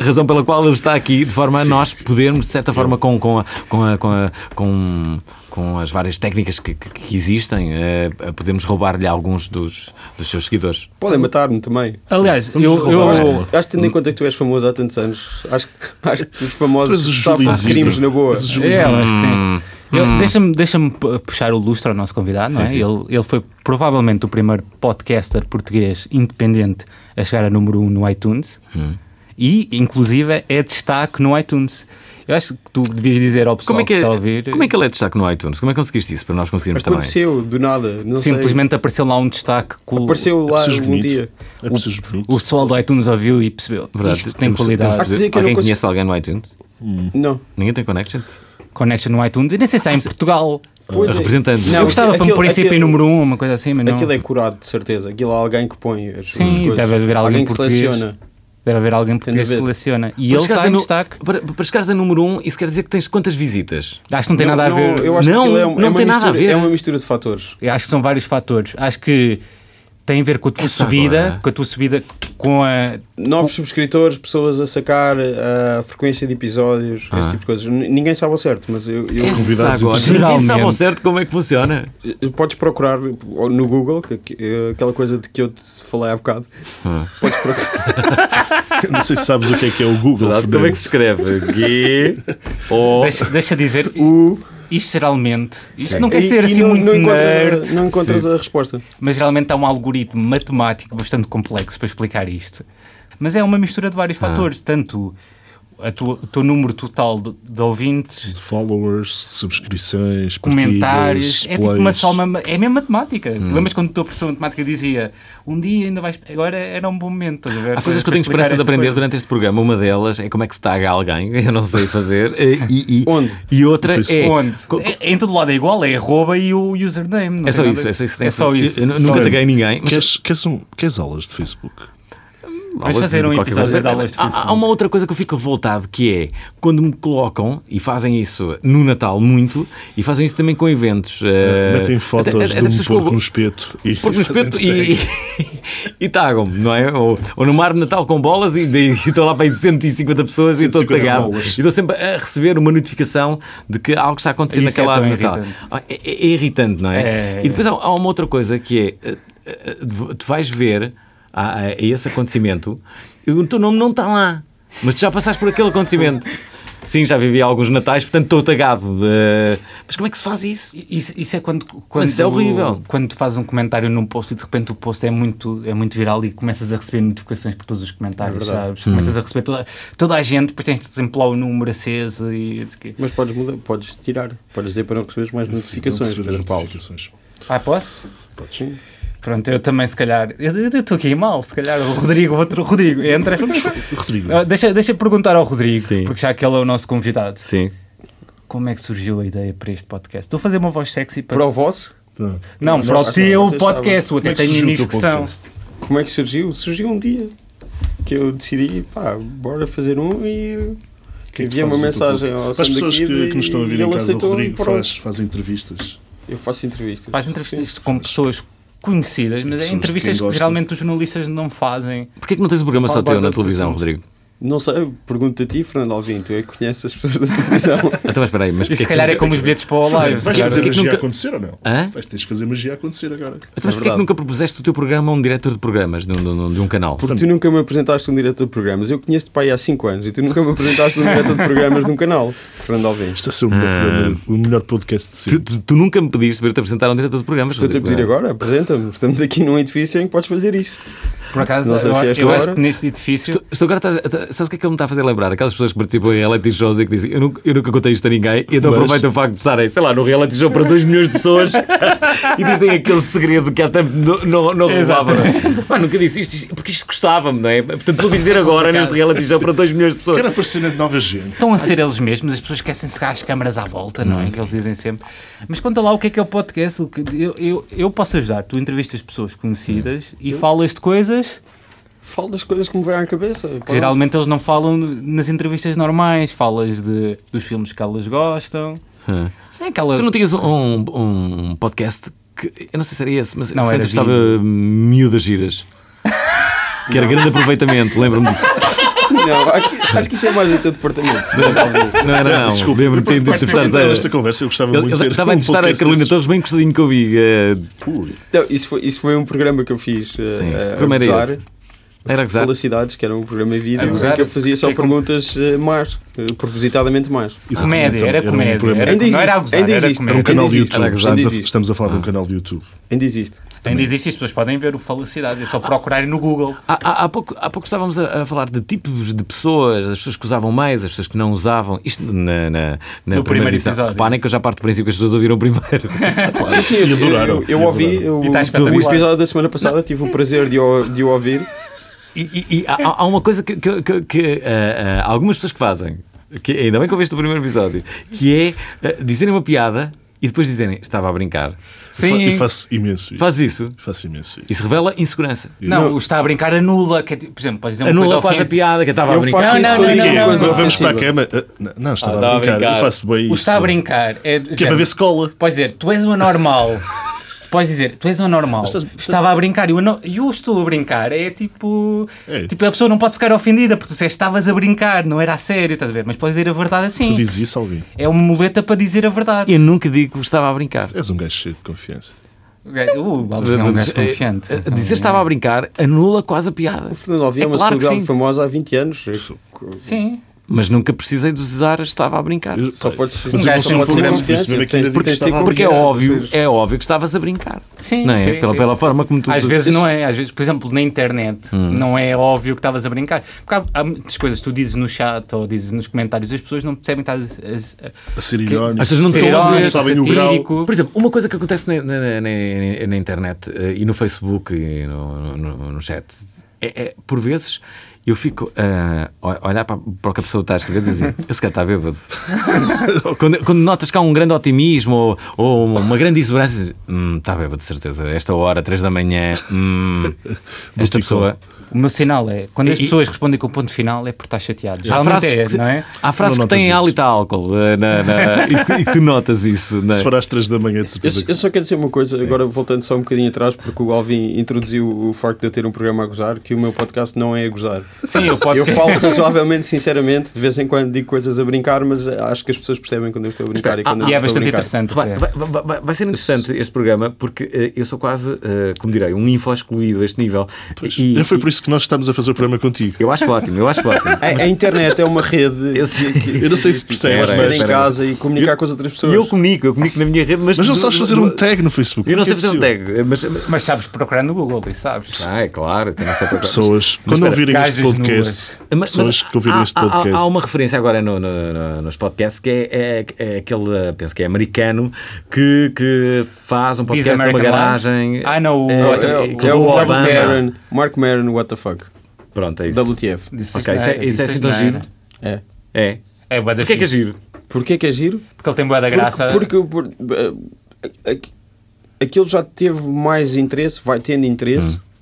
[SPEAKER 1] razão pela qual ele está aqui, de forma a nós podermos, de certa forma, com, com, a- com, a- com, a- com, com as várias técnicas que, que- que existem, eh, a podermos roubar-lhe alguns dos, dos seus seguidores.
[SPEAKER 4] Podem matar-me também.
[SPEAKER 5] Aliás, eu,
[SPEAKER 4] Eu acho,
[SPEAKER 5] eu,
[SPEAKER 4] acho que tendo em conta que tu és famoso há tantos anos, acho, que- acho que os
[SPEAKER 2] Mas o
[SPEAKER 4] famosos
[SPEAKER 2] Júlio
[SPEAKER 4] sofrem de
[SPEAKER 2] Isidro.
[SPEAKER 4] crimes na boa.
[SPEAKER 2] Mas o Júlio
[SPEAKER 5] É, eu
[SPEAKER 2] Isidro.
[SPEAKER 5] acho que
[SPEAKER 1] Hum,
[SPEAKER 5] sim. Eu- Deixa-me deixa puxar o lustre ao nosso convidado, não é?
[SPEAKER 1] Sim, sim.
[SPEAKER 5] Ele, ele foi provavelmente o primeiro podcaster português independente a chegar a número 1 um no iTunes
[SPEAKER 1] Hum.
[SPEAKER 5] e, inclusive, é destaque no iTunes. Eu acho que tu devias dizer ao pessoal
[SPEAKER 1] Como é, que
[SPEAKER 5] está a
[SPEAKER 1] é,
[SPEAKER 5] ouvir.
[SPEAKER 1] como é que ele é destaque no iTunes? Como é que conseguiste isso para nós conseguirmos também?
[SPEAKER 4] Aconteceu, do nada.
[SPEAKER 1] é?
[SPEAKER 4] Não
[SPEAKER 5] Simplesmente apareceu lá um destaque que o,
[SPEAKER 4] sei. Apareceu
[SPEAKER 2] É
[SPEAKER 4] lá
[SPEAKER 2] pessoas
[SPEAKER 4] um
[SPEAKER 2] bonitas.
[SPEAKER 4] dia.
[SPEAKER 2] É pessoas bonitas.
[SPEAKER 5] o pessoal do iTunes ouviu e percebeu.
[SPEAKER 1] Verdade,
[SPEAKER 5] Isto tem
[SPEAKER 1] temos-
[SPEAKER 5] qualidade.
[SPEAKER 1] temos de
[SPEAKER 4] Há que dizer
[SPEAKER 1] dizer,
[SPEAKER 4] que eu
[SPEAKER 1] alguém
[SPEAKER 4] não consigo-
[SPEAKER 1] conhece alguém no iTunes?
[SPEAKER 4] Não.
[SPEAKER 1] Ninguém tem connections?
[SPEAKER 5] Connection no iTunes e nem sei
[SPEAKER 1] Ah,
[SPEAKER 5] se é em Portugal.
[SPEAKER 4] Pois é.
[SPEAKER 1] Representante.
[SPEAKER 4] Não,
[SPEAKER 5] Eu gostava para
[SPEAKER 4] aquilo-
[SPEAKER 5] me pôr em CP
[SPEAKER 4] aquilo-
[SPEAKER 5] número 1, um, uma coisa assim, mas não.
[SPEAKER 4] Aquilo é curado, de certeza. Aquilo há alguém que põe as, as
[SPEAKER 5] Sim,
[SPEAKER 4] coisas.
[SPEAKER 5] deve haver alguém,
[SPEAKER 4] que
[SPEAKER 5] português.
[SPEAKER 4] seleciona.
[SPEAKER 5] Deve haver alguém português
[SPEAKER 4] Tem de
[SPEAKER 5] que
[SPEAKER 4] haver.
[SPEAKER 5] seleciona. E
[SPEAKER 1] Para
[SPEAKER 5] ele
[SPEAKER 1] chegares
[SPEAKER 5] está
[SPEAKER 1] a
[SPEAKER 5] em
[SPEAKER 1] nu-
[SPEAKER 5] destaque.
[SPEAKER 1] Para, para chegares a número 1, um, isso quer dizer que tens quantas visitas?
[SPEAKER 5] Acho que não tem
[SPEAKER 4] Não,
[SPEAKER 5] nada a
[SPEAKER 4] não,
[SPEAKER 5] ver.
[SPEAKER 4] Eu acho
[SPEAKER 1] Não,
[SPEAKER 4] que aquilo é, um- é
[SPEAKER 1] não
[SPEAKER 4] uma
[SPEAKER 1] tem nada
[SPEAKER 4] mistura,
[SPEAKER 1] a ver.
[SPEAKER 4] É uma mistura de fatores.
[SPEAKER 5] Eu acho que são vários fatores. Acho que tem a ver com
[SPEAKER 4] É
[SPEAKER 5] a tua
[SPEAKER 1] Essa
[SPEAKER 5] subida,
[SPEAKER 1] agora.
[SPEAKER 5] com a tua subida, com a.
[SPEAKER 4] Novos subscritores, pessoas a sacar eh, a frequência de episódios,
[SPEAKER 5] Ah.
[SPEAKER 4] esse tipo de coisas. N- Ninguém sabe ao certo, mas eu, eu-
[SPEAKER 1] Essa
[SPEAKER 2] convidados
[SPEAKER 1] agora.
[SPEAKER 2] interessantes.
[SPEAKER 1] Ninguém sabe ao
[SPEAKER 5] Geralmente.
[SPEAKER 1] certo como é que funciona.
[SPEAKER 4] Eh, Podes procurar eh, no Google, que- que- aquela coisa de que eu te falei há bocado. Podes procurar.
[SPEAKER 2] Não sei se sabes o que é que é o Google.
[SPEAKER 1] Verdade,
[SPEAKER 2] Fernando.
[SPEAKER 1] como é que se escreve? G (laughs) O
[SPEAKER 5] Deixa, deixa dizer,
[SPEAKER 4] Oh. (laughs) O-
[SPEAKER 5] isto geralmente. Isto não quer
[SPEAKER 4] E-
[SPEAKER 5] ser
[SPEAKER 4] e
[SPEAKER 5] assim
[SPEAKER 4] não,
[SPEAKER 5] muito
[SPEAKER 4] não
[SPEAKER 5] nerd,
[SPEAKER 4] encontras, a, não encontras a resposta.
[SPEAKER 5] mas geralmente há um algoritmo matemático bastante complexo para explicar isto. Mas é uma mistura de
[SPEAKER 4] Ah.
[SPEAKER 5] vários fatores. Tanto a tua, o teu número total de, de ouvintes,
[SPEAKER 2] Followers, subscrições,
[SPEAKER 5] comentários.
[SPEAKER 2] partilhas,
[SPEAKER 5] É tipo uma
[SPEAKER 2] plays.
[SPEAKER 5] salma. ma- É mesmo matemática.
[SPEAKER 1] Hum.
[SPEAKER 5] Lembras quando o teu professor de matemática dizia um dia ainda vais. Agora era um bom momento, estás a ver?
[SPEAKER 1] Há coisas que eu
[SPEAKER 5] Para
[SPEAKER 1] tenho
[SPEAKER 5] explicar
[SPEAKER 1] esperança de
[SPEAKER 5] esta
[SPEAKER 1] aprender
[SPEAKER 5] coisa.
[SPEAKER 1] durante este programa. Uma delas é como é que se taga alguém, (laughs) eu não sei fazer. E, e- e-
[SPEAKER 4] Onde?
[SPEAKER 1] E outra
[SPEAKER 2] No
[SPEAKER 1] é.
[SPEAKER 2] Facebook.
[SPEAKER 5] Onde?
[SPEAKER 1] Co- co-
[SPEAKER 5] É- Em todo lado é igual, é arroba e o username. não
[SPEAKER 1] É
[SPEAKER 5] tem
[SPEAKER 1] só
[SPEAKER 5] nada
[SPEAKER 1] isso,
[SPEAKER 5] a-
[SPEAKER 1] é só isso. que tem
[SPEAKER 5] É
[SPEAKER 1] que-
[SPEAKER 5] só isso.
[SPEAKER 1] Eu nu- nunca
[SPEAKER 5] Só
[SPEAKER 1] taguei ninguém. Mas
[SPEAKER 2] Queres, queres, um, queres aulas de Facebook?
[SPEAKER 1] Aulas
[SPEAKER 5] fazer um
[SPEAKER 1] qualquer
[SPEAKER 5] episódio
[SPEAKER 1] coisa.
[SPEAKER 5] de aulas de
[SPEAKER 1] Há-
[SPEAKER 5] Facebook.
[SPEAKER 1] Há, uma outra coisa que eu fico revoltado que é quando me colocam e fazem isso no Natal muito e fazem isso também com eventos. eh,
[SPEAKER 2] Metem
[SPEAKER 1] até-
[SPEAKER 2] fotos
[SPEAKER 1] até- até
[SPEAKER 2] de um
[SPEAKER 1] pessoas com-
[SPEAKER 2] porco no espeto. e
[SPEAKER 1] Porque no espeto
[SPEAKER 2] fazem
[SPEAKER 1] e, (laughs) e tagam-me, não é? Ou, ou no mar de Natal com bolas e, de- e (laughs) estão lá para aí 150 pessoas e estou
[SPEAKER 2] 150
[SPEAKER 1] tagado. E
[SPEAKER 2] bolas.
[SPEAKER 1] estou sempre a receber uma notificação de que algo está acontecendo
[SPEAKER 5] Isso é
[SPEAKER 1] naquela
[SPEAKER 5] tão
[SPEAKER 1] árvore de Natal. Ah,
[SPEAKER 5] irritante.
[SPEAKER 1] É, é- é irritante, não é?
[SPEAKER 5] É, é,
[SPEAKER 1] E depois há, há uma outra coisa que é: eh, eh, tu vais ver a, a- a esse acontecimento e o teu nome não está lá, mas tu já passaste por aquele acontecimento. Sim, já vivi alguns natais, portanto estou tagado. eh, mas como é que se faz isso?
[SPEAKER 5] Isso, isso é quando, quando
[SPEAKER 1] isso é horrível.
[SPEAKER 5] quando tu fazes um comentário num post e de repente o post é muito, é muito viral e começas a receber notificações por
[SPEAKER 1] É
[SPEAKER 5] todos os comentários, sabes?
[SPEAKER 1] Hum.
[SPEAKER 5] Começas a receber toda, toda a gente, depois tens sempre lá o número aceso e isso aqui.
[SPEAKER 4] Mas podes mudar, podes tirar. Podes dizer para não receberes mais notificações,
[SPEAKER 2] Sim, não
[SPEAKER 4] Pedro
[SPEAKER 2] receber as
[SPEAKER 4] Paulo.
[SPEAKER 2] notificações.
[SPEAKER 5] Ah, posso?
[SPEAKER 2] Podes.
[SPEAKER 5] Pronto, eu também se calhar. Eu eu estou aqui mal, se calhar. O Rodrigo, outro Rodrigo, entra.
[SPEAKER 2] Rodrigo,
[SPEAKER 5] Ah, Deixa, deixa eu perguntar ao Rodrigo,
[SPEAKER 1] Sim.
[SPEAKER 5] porque já que ele é o nosso convidado.
[SPEAKER 1] Sim.
[SPEAKER 5] Como é que surgiu a ideia para este podcast? Estou a fazer uma voz sexy para.
[SPEAKER 4] Para o vosso,
[SPEAKER 2] não.
[SPEAKER 5] Não, para o
[SPEAKER 4] Vocês
[SPEAKER 5] teu
[SPEAKER 4] sabem.
[SPEAKER 5] podcast.
[SPEAKER 2] Como
[SPEAKER 5] Eu até
[SPEAKER 2] é que
[SPEAKER 5] tenho
[SPEAKER 2] surgiu o teu
[SPEAKER 5] inscrição.
[SPEAKER 2] podcast?
[SPEAKER 4] como é que surgiu? Surgiu um dia que eu decidi, pá, bora fazer um e
[SPEAKER 2] Quem é que
[SPEAKER 4] enviei
[SPEAKER 2] faz
[SPEAKER 4] uma
[SPEAKER 2] o teu
[SPEAKER 4] mensagem
[SPEAKER 2] podcast?
[SPEAKER 4] ao
[SPEAKER 2] Para as
[SPEAKER 4] Sam da
[SPEAKER 2] pessoas que,
[SPEAKER 4] Kid
[SPEAKER 2] que nos estão a ouvir em
[SPEAKER 4] e ele
[SPEAKER 2] casa, o
[SPEAKER 4] aceitou e
[SPEAKER 2] Rodrigo
[SPEAKER 4] pronto.
[SPEAKER 2] faz, faz entrevistas.
[SPEAKER 4] eu faço entrevistas.
[SPEAKER 5] Faz entrevistas com pessoas conhecidas, mas é
[SPEAKER 2] Pessoas de
[SPEAKER 5] entrevistas
[SPEAKER 2] quem
[SPEAKER 5] que
[SPEAKER 2] gosta.
[SPEAKER 5] geralmente os jornalistas não fazem.
[SPEAKER 1] Porquê é que não tens um programa só
[SPEAKER 4] Fala
[SPEAKER 1] teu
[SPEAKER 4] bem
[SPEAKER 1] na
[SPEAKER 4] de outros
[SPEAKER 1] televisão,
[SPEAKER 4] assuntos.
[SPEAKER 1] Rodrigo?
[SPEAKER 4] Não sei, pergunto a ti, Fernando Alvim, tu é que conheces as pessoas da televisão.
[SPEAKER 1] Então, mas espera aí, mas
[SPEAKER 5] Isto
[SPEAKER 1] porquê
[SPEAKER 5] se
[SPEAKER 1] (laughs)
[SPEAKER 5] calhar
[SPEAKER 1] que Então,
[SPEAKER 5] é como os bilhetes para o live.
[SPEAKER 2] Vais
[SPEAKER 5] se calhar.
[SPEAKER 1] que
[SPEAKER 2] fazer
[SPEAKER 1] é que
[SPEAKER 2] magia
[SPEAKER 1] nunca-
[SPEAKER 2] acontecer ou não?
[SPEAKER 1] Hã?
[SPEAKER 2] Vais ter de fazer magia acontecer agora.
[SPEAKER 1] Então, mas porquê que
[SPEAKER 4] É verdade.
[SPEAKER 1] nunca propuseste o teu programa a um diretor de programas de um, de um- de um canal?
[SPEAKER 4] Porque tu nunca me apresentaste um diretor de programas. Eu conheço-te para aí há 5 anos e tu nunca me apresentaste um diretor de programas de um canal, Fernando Alvim.
[SPEAKER 2] Este é ser o melhor, programa, o melhor podcast de
[SPEAKER 1] Tu,
[SPEAKER 2] sempre.
[SPEAKER 1] tu- tu nunca me pediste para eu te apresentar a um diretor de programas.
[SPEAKER 4] Estou-te a
[SPEAKER 1] Rodrigo,
[SPEAKER 4] pedir
[SPEAKER 1] não é?
[SPEAKER 4] agora, apresenta-me. Estamos aqui num edifício em que podes fazer isto.
[SPEAKER 5] Por acaso,
[SPEAKER 4] Não sei
[SPEAKER 5] eu,
[SPEAKER 4] se é esta
[SPEAKER 5] eu
[SPEAKER 4] hora.
[SPEAKER 5] acho que neste edifício.
[SPEAKER 1] Estou, estou agora, estás- estás- sabes o que é que ele me está a fazer lembrar? Aquelas pessoas que participam em reality shows e que dizem eu nunca, eu nunca contei isto a ninguém, e então
[SPEAKER 2] Mas-
[SPEAKER 1] aproveitam o facto de estarem, sei lá, no reality show para 2 milhões de pessoas (laughs) e dizem aquele segredo que há tempo não, não, não revelavam. Pá, nunca disse isto, isto- porque isto gostava-me, não é? Portanto, vou dizer agora neste reality show para 2 milhões de pessoas.
[SPEAKER 2] Quero aparecer na de nova gente.
[SPEAKER 5] Estão a ser eles mesmos, as pessoas esquecem-se cá as câmaras à volta, não é? Que eles dizem sempre. Mas conta lá o que é que é o podcast. o que- Eu, eu, eu posso ajudar. Tu entrevistas pessoas conhecidas e falas de coisas
[SPEAKER 4] Falo das coisas que me vêm à cabeça.
[SPEAKER 5] que geralmente eles não falam nas entrevistas normais. Falas de, dos filmes que elas gostam.
[SPEAKER 1] Hum.
[SPEAKER 5] Sem aquela.
[SPEAKER 1] Tu não tinhas um, um, um podcast que. Eu não sei se era esse, mas
[SPEAKER 5] Não,
[SPEAKER 1] eu
[SPEAKER 5] era
[SPEAKER 1] entrevistava miúdas giras. Que era grande aproveitamento, lembro-me disso.
[SPEAKER 4] Não, acho, acho que isso é mais o teu departamento. Fernando Alvim.
[SPEAKER 1] Não era, não. Lembro-me de ter
[SPEAKER 2] Mas,
[SPEAKER 1] disso.
[SPEAKER 2] mas, entrar nesta conversa eu gostava
[SPEAKER 1] Ele,
[SPEAKER 2] muito
[SPEAKER 1] ele
[SPEAKER 2] de ter
[SPEAKER 1] estava a
[SPEAKER 2] um
[SPEAKER 1] entrevistar a
[SPEAKER 2] podcast
[SPEAKER 1] Carolina
[SPEAKER 2] desses.
[SPEAKER 1] Torres, bem encostadinho que eu vi. eh,
[SPEAKER 2] Ui.
[SPEAKER 4] Não, isso foi, isso foi um programa que eu fiz. eh,
[SPEAKER 1] Sim.
[SPEAKER 4] a- a
[SPEAKER 1] Primeiro é
[SPEAKER 4] gozar.
[SPEAKER 1] esse. era a gozar.
[SPEAKER 4] Felicidades, que era um programa em
[SPEAKER 5] A
[SPEAKER 4] vídeo
[SPEAKER 5] gozar?
[SPEAKER 4] em que eu fazia só
[SPEAKER 5] Que é como-
[SPEAKER 4] perguntas eh, más, eh, propositadamente más.
[SPEAKER 2] Exatamente,
[SPEAKER 5] Comédia,
[SPEAKER 2] então,
[SPEAKER 5] era
[SPEAKER 2] um
[SPEAKER 5] comédia.
[SPEAKER 2] programa-
[SPEAKER 5] Era,
[SPEAKER 4] Ainda
[SPEAKER 5] não era a
[SPEAKER 4] existe,
[SPEAKER 5] gozar,
[SPEAKER 4] ainda
[SPEAKER 5] era
[SPEAKER 4] existe.
[SPEAKER 2] Era um
[SPEAKER 5] comédia.
[SPEAKER 2] canal de
[SPEAKER 4] existe.
[SPEAKER 2] YouTube.
[SPEAKER 1] Era gozado,
[SPEAKER 2] Estamos a,
[SPEAKER 4] existe.
[SPEAKER 2] estamos a falar de um canal de YouTube.
[SPEAKER 4] Ainda existe.
[SPEAKER 5] Ainda existe, as pessoas podem ver o Falacidade. É só procurarem no Google.
[SPEAKER 1] Há, há- há pouco, há pouco estávamos a, a falar de tipos de pessoas, as pessoas que usavam mais, as pessoas que não usavam. Isto na, na, na primeira
[SPEAKER 5] primeiro
[SPEAKER 1] edição.
[SPEAKER 5] episódio.
[SPEAKER 1] Reparem que eu já parto do princípio que as pessoas ouviram primeiro.
[SPEAKER 4] Sim, sim, eu,
[SPEAKER 2] E adoraram,
[SPEAKER 4] eu- eu
[SPEAKER 2] e
[SPEAKER 4] ouvi
[SPEAKER 2] adoraram.
[SPEAKER 4] eu-
[SPEAKER 5] E está
[SPEAKER 4] o
[SPEAKER 5] espetacular.
[SPEAKER 4] episódio da semana passada, tive o prazer de o, de o ouvir.
[SPEAKER 1] E, e- e há, há uma coisa que, que- que- que, ah, ah, algumas pessoas que fazem, que ainda bem que ouviste o primeiro episódio, que é ah, dizerem uma piada e depois dizerem estava a brincar.
[SPEAKER 5] Sim.
[SPEAKER 2] E faço imenso isso.
[SPEAKER 1] Faz isso.
[SPEAKER 2] Faço imenso isso.
[SPEAKER 1] Isso revela insegurança.
[SPEAKER 5] Não, o está a brincar anula. Que é, tipo, por exemplo, podes dizer uma coisa
[SPEAKER 1] Anula
[SPEAKER 5] ao
[SPEAKER 1] quase
[SPEAKER 5] fim.
[SPEAKER 1] a piada que estava a
[SPEAKER 4] Eu
[SPEAKER 1] brincar.
[SPEAKER 4] faço
[SPEAKER 5] Não,
[SPEAKER 4] isso
[SPEAKER 5] não,
[SPEAKER 4] com
[SPEAKER 5] não,
[SPEAKER 4] a
[SPEAKER 5] não,
[SPEAKER 4] minha
[SPEAKER 5] não,
[SPEAKER 4] coisa
[SPEAKER 5] não.
[SPEAKER 2] Vamos para a
[SPEAKER 4] ofensiva.
[SPEAKER 2] cama. Ah, Não, não, estava
[SPEAKER 1] estava a
[SPEAKER 2] a brincar.
[SPEAKER 1] brincar.
[SPEAKER 2] Eu faço bem isso.
[SPEAKER 5] O está a brincar é,
[SPEAKER 2] Que é para ver se cola.
[SPEAKER 5] Podes dizer, tu és
[SPEAKER 1] (laughs)
[SPEAKER 5] um anormal. Podes dizer, tu és um anormal.
[SPEAKER 2] Estás-
[SPEAKER 5] Estava a brincar e o ano- e eu estou a brincar. É tipo.
[SPEAKER 2] É.
[SPEAKER 5] Tipo, a pessoa não pode ficar ofendida porque tu disseste, estavas a brincar, não era a sério, estás a ver? Mas podes dizer a verdade
[SPEAKER 2] Tu
[SPEAKER 5] assim.
[SPEAKER 2] dizes isso a alguém.
[SPEAKER 5] É uma muleta para dizer a verdade.
[SPEAKER 1] Eu nunca digo que estava a brincar.
[SPEAKER 2] És um gajo cheio de confiança.
[SPEAKER 5] O gajo- Uh, o Balzinho é um gajo
[SPEAKER 1] Eh,
[SPEAKER 5] confiante.
[SPEAKER 1] eh, Dizer estava a brincar anula quase a piada.
[SPEAKER 4] O Fernando Alvim é,
[SPEAKER 1] É
[SPEAKER 4] uma
[SPEAKER 1] claro que
[SPEAKER 4] celebridade
[SPEAKER 1] sim.
[SPEAKER 4] famosa há 20 anos.
[SPEAKER 5] Sim.
[SPEAKER 1] Mas nunca precisei de usar estava a brincar.
[SPEAKER 2] Eu-
[SPEAKER 4] Só
[SPEAKER 2] pá,
[SPEAKER 4] podes ser
[SPEAKER 2] Mas
[SPEAKER 5] um
[SPEAKER 2] eu
[SPEAKER 5] gajo
[SPEAKER 2] não sou
[SPEAKER 5] que pode ser
[SPEAKER 2] famoso, por isso
[SPEAKER 4] confiante,
[SPEAKER 2] mesmo é que ainda
[SPEAKER 4] tens-
[SPEAKER 2] digo que
[SPEAKER 4] tens de ter
[SPEAKER 2] estava a
[SPEAKER 1] Porque é
[SPEAKER 2] brincar.
[SPEAKER 4] confiança,
[SPEAKER 1] óbvio,
[SPEAKER 4] percebes?
[SPEAKER 1] é óbvio que estavas a brincar.
[SPEAKER 5] Sim,
[SPEAKER 1] não é?
[SPEAKER 5] sim,
[SPEAKER 1] pela,
[SPEAKER 5] sim.
[SPEAKER 1] pela forma como tu
[SPEAKER 5] Às
[SPEAKER 1] tu-
[SPEAKER 5] vezes
[SPEAKER 1] Isso- Hum.
[SPEAKER 5] não é, às vezes, por exemplo, na internet não é óbvio que estavas a brincar. Porque há, há muitas coisas que tu dizes no chat ou dizes nos comentários, as pessoas não percebem que estás a, a-
[SPEAKER 2] A ser irónico.
[SPEAKER 1] Achas não
[SPEAKER 5] ser
[SPEAKER 1] estão a ver,
[SPEAKER 5] irónico,
[SPEAKER 2] sabem o grau.
[SPEAKER 5] satírico.
[SPEAKER 1] Por exemplo, uma coisa que acontece na, na- na- na- na internet eh, e no Facebook e no, no- no chat é, é, por vezes, eu fico ah, a olhar para, para o que a pessoa está a escrever e
[SPEAKER 5] (laughs)
[SPEAKER 1] dizer: esse cara está bêbado. (laughs) quando, quando notas que há um grande otimismo ou, ou uma grande exuberância, dizes, "Hum, está bêbado, de certeza. Esta hora, três da manhã,
[SPEAKER 5] (laughs)
[SPEAKER 1] hum, esta
[SPEAKER 2] Boticou.
[SPEAKER 1] pessoa.
[SPEAKER 5] O meu sinal é quando as
[SPEAKER 1] E-
[SPEAKER 5] pessoas respondem com o ponto final é por estar chateado. Já
[SPEAKER 1] Há frases,
[SPEAKER 5] é,
[SPEAKER 1] que,
[SPEAKER 5] não é?
[SPEAKER 1] há frases
[SPEAKER 2] Não
[SPEAKER 1] que têm
[SPEAKER 2] notas isso.
[SPEAKER 1] hálito a álcool eh, na- na- e, que, e que tu notas
[SPEAKER 5] (laughs)
[SPEAKER 1] isso. não é?
[SPEAKER 2] Se for às 3 da manhã, de
[SPEAKER 4] Eu,
[SPEAKER 2] certeza.
[SPEAKER 4] eu só quero dizer uma coisa, agora voltando só um bocadinho atrás, porque o Alvin introduziu o facto de eu ter um programa a gozar, que o meu podcast não é a gozar.
[SPEAKER 5] Sim, eu posso.
[SPEAKER 4] Eu falo razoavelmente sinceramente, de vez em quando digo coisas a brincar, mas acho que as pessoas percebem quando eu estou a brincar e quando eu
[SPEAKER 5] e
[SPEAKER 4] não
[SPEAKER 5] é
[SPEAKER 4] Ah, estou a
[SPEAKER 5] bastante
[SPEAKER 4] brincar.
[SPEAKER 5] interessante.
[SPEAKER 1] Repare,
[SPEAKER 5] é.
[SPEAKER 1] vai, vai- vai- vai ser interessante este programa porque eh, eu sou quase, eh, como direi, um info excluído a este nível.
[SPEAKER 2] Pois.
[SPEAKER 1] E-
[SPEAKER 2] Já foi
[SPEAKER 1] e-
[SPEAKER 2] por isso que nós estamos a fazer o programa contigo.
[SPEAKER 1] Eu acho ótimo, eu acho
[SPEAKER 2] (laughs)
[SPEAKER 1] ótimo.
[SPEAKER 4] A, a internet é uma rede
[SPEAKER 1] Esse-
[SPEAKER 4] que- que-
[SPEAKER 2] Eu não sei se
[SPEAKER 4] que- que-
[SPEAKER 2] percebes,
[SPEAKER 4] que-
[SPEAKER 1] mas-
[SPEAKER 4] estar em casa e comunicar com as outras
[SPEAKER 1] E
[SPEAKER 4] pessoas.
[SPEAKER 1] eu comunico, eu comunico na minha rede, mas.
[SPEAKER 2] Mas não sabes fazer um tag no Facebook.
[SPEAKER 1] Eu não sei
[SPEAKER 2] Como é
[SPEAKER 1] fazer um
[SPEAKER 2] que é
[SPEAKER 1] tag, mas.
[SPEAKER 2] (laughs)
[SPEAKER 5] Mas sabes procurar no Google e sabes.
[SPEAKER 1] Ah, é claro, tem essa
[SPEAKER 2] possível? Pessoas, quando ouvirem este
[SPEAKER 5] gajas
[SPEAKER 2] podcast, pessoas que ouvirem
[SPEAKER 1] há-
[SPEAKER 2] este
[SPEAKER 1] há-
[SPEAKER 2] podcast.
[SPEAKER 1] Há, uma referência agora no- no- no- nos podcasts que é, é- é aquele, penso que é americano, que, que faz um
[SPEAKER 5] Diz
[SPEAKER 1] podcast numa
[SPEAKER 5] American
[SPEAKER 1] garagem.
[SPEAKER 5] Life? Ah, não, o-
[SPEAKER 1] É,
[SPEAKER 4] É,
[SPEAKER 1] é,
[SPEAKER 4] é,
[SPEAKER 1] que
[SPEAKER 4] é o
[SPEAKER 1] levou ao
[SPEAKER 4] Mark
[SPEAKER 1] Obama.
[SPEAKER 4] Maron, Mark Maron, what the fuck?
[SPEAKER 1] Pronto, é isso.
[SPEAKER 4] WTF.
[SPEAKER 5] Disse
[SPEAKER 1] Ok, isso é,
[SPEAKER 5] asneira,
[SPEAKER 1] isso é
[SPEAKER 5] disse
[SPEAKER 1] assim tão
[SPEAKER 5] asneira.
[SPEAKER 1] giro.
[SPEAKER 4] É.
[SPEAKER 1] É.
[SPEAKER 5] É bué da
[SPEAKER 1] Porquê é que é
[SPEAKER 5] fixe.
[SPEAKER 1] giro?
[SPEAKER 4] Porquê que é giro?
[SPEAKER 5] Porque ele tem boa da graça.
[SPEAKER 4] Porque, porque por- a- a- aquilo já teve mais interesse, vai tendo interesse.
[SPEAKER 5] Hum.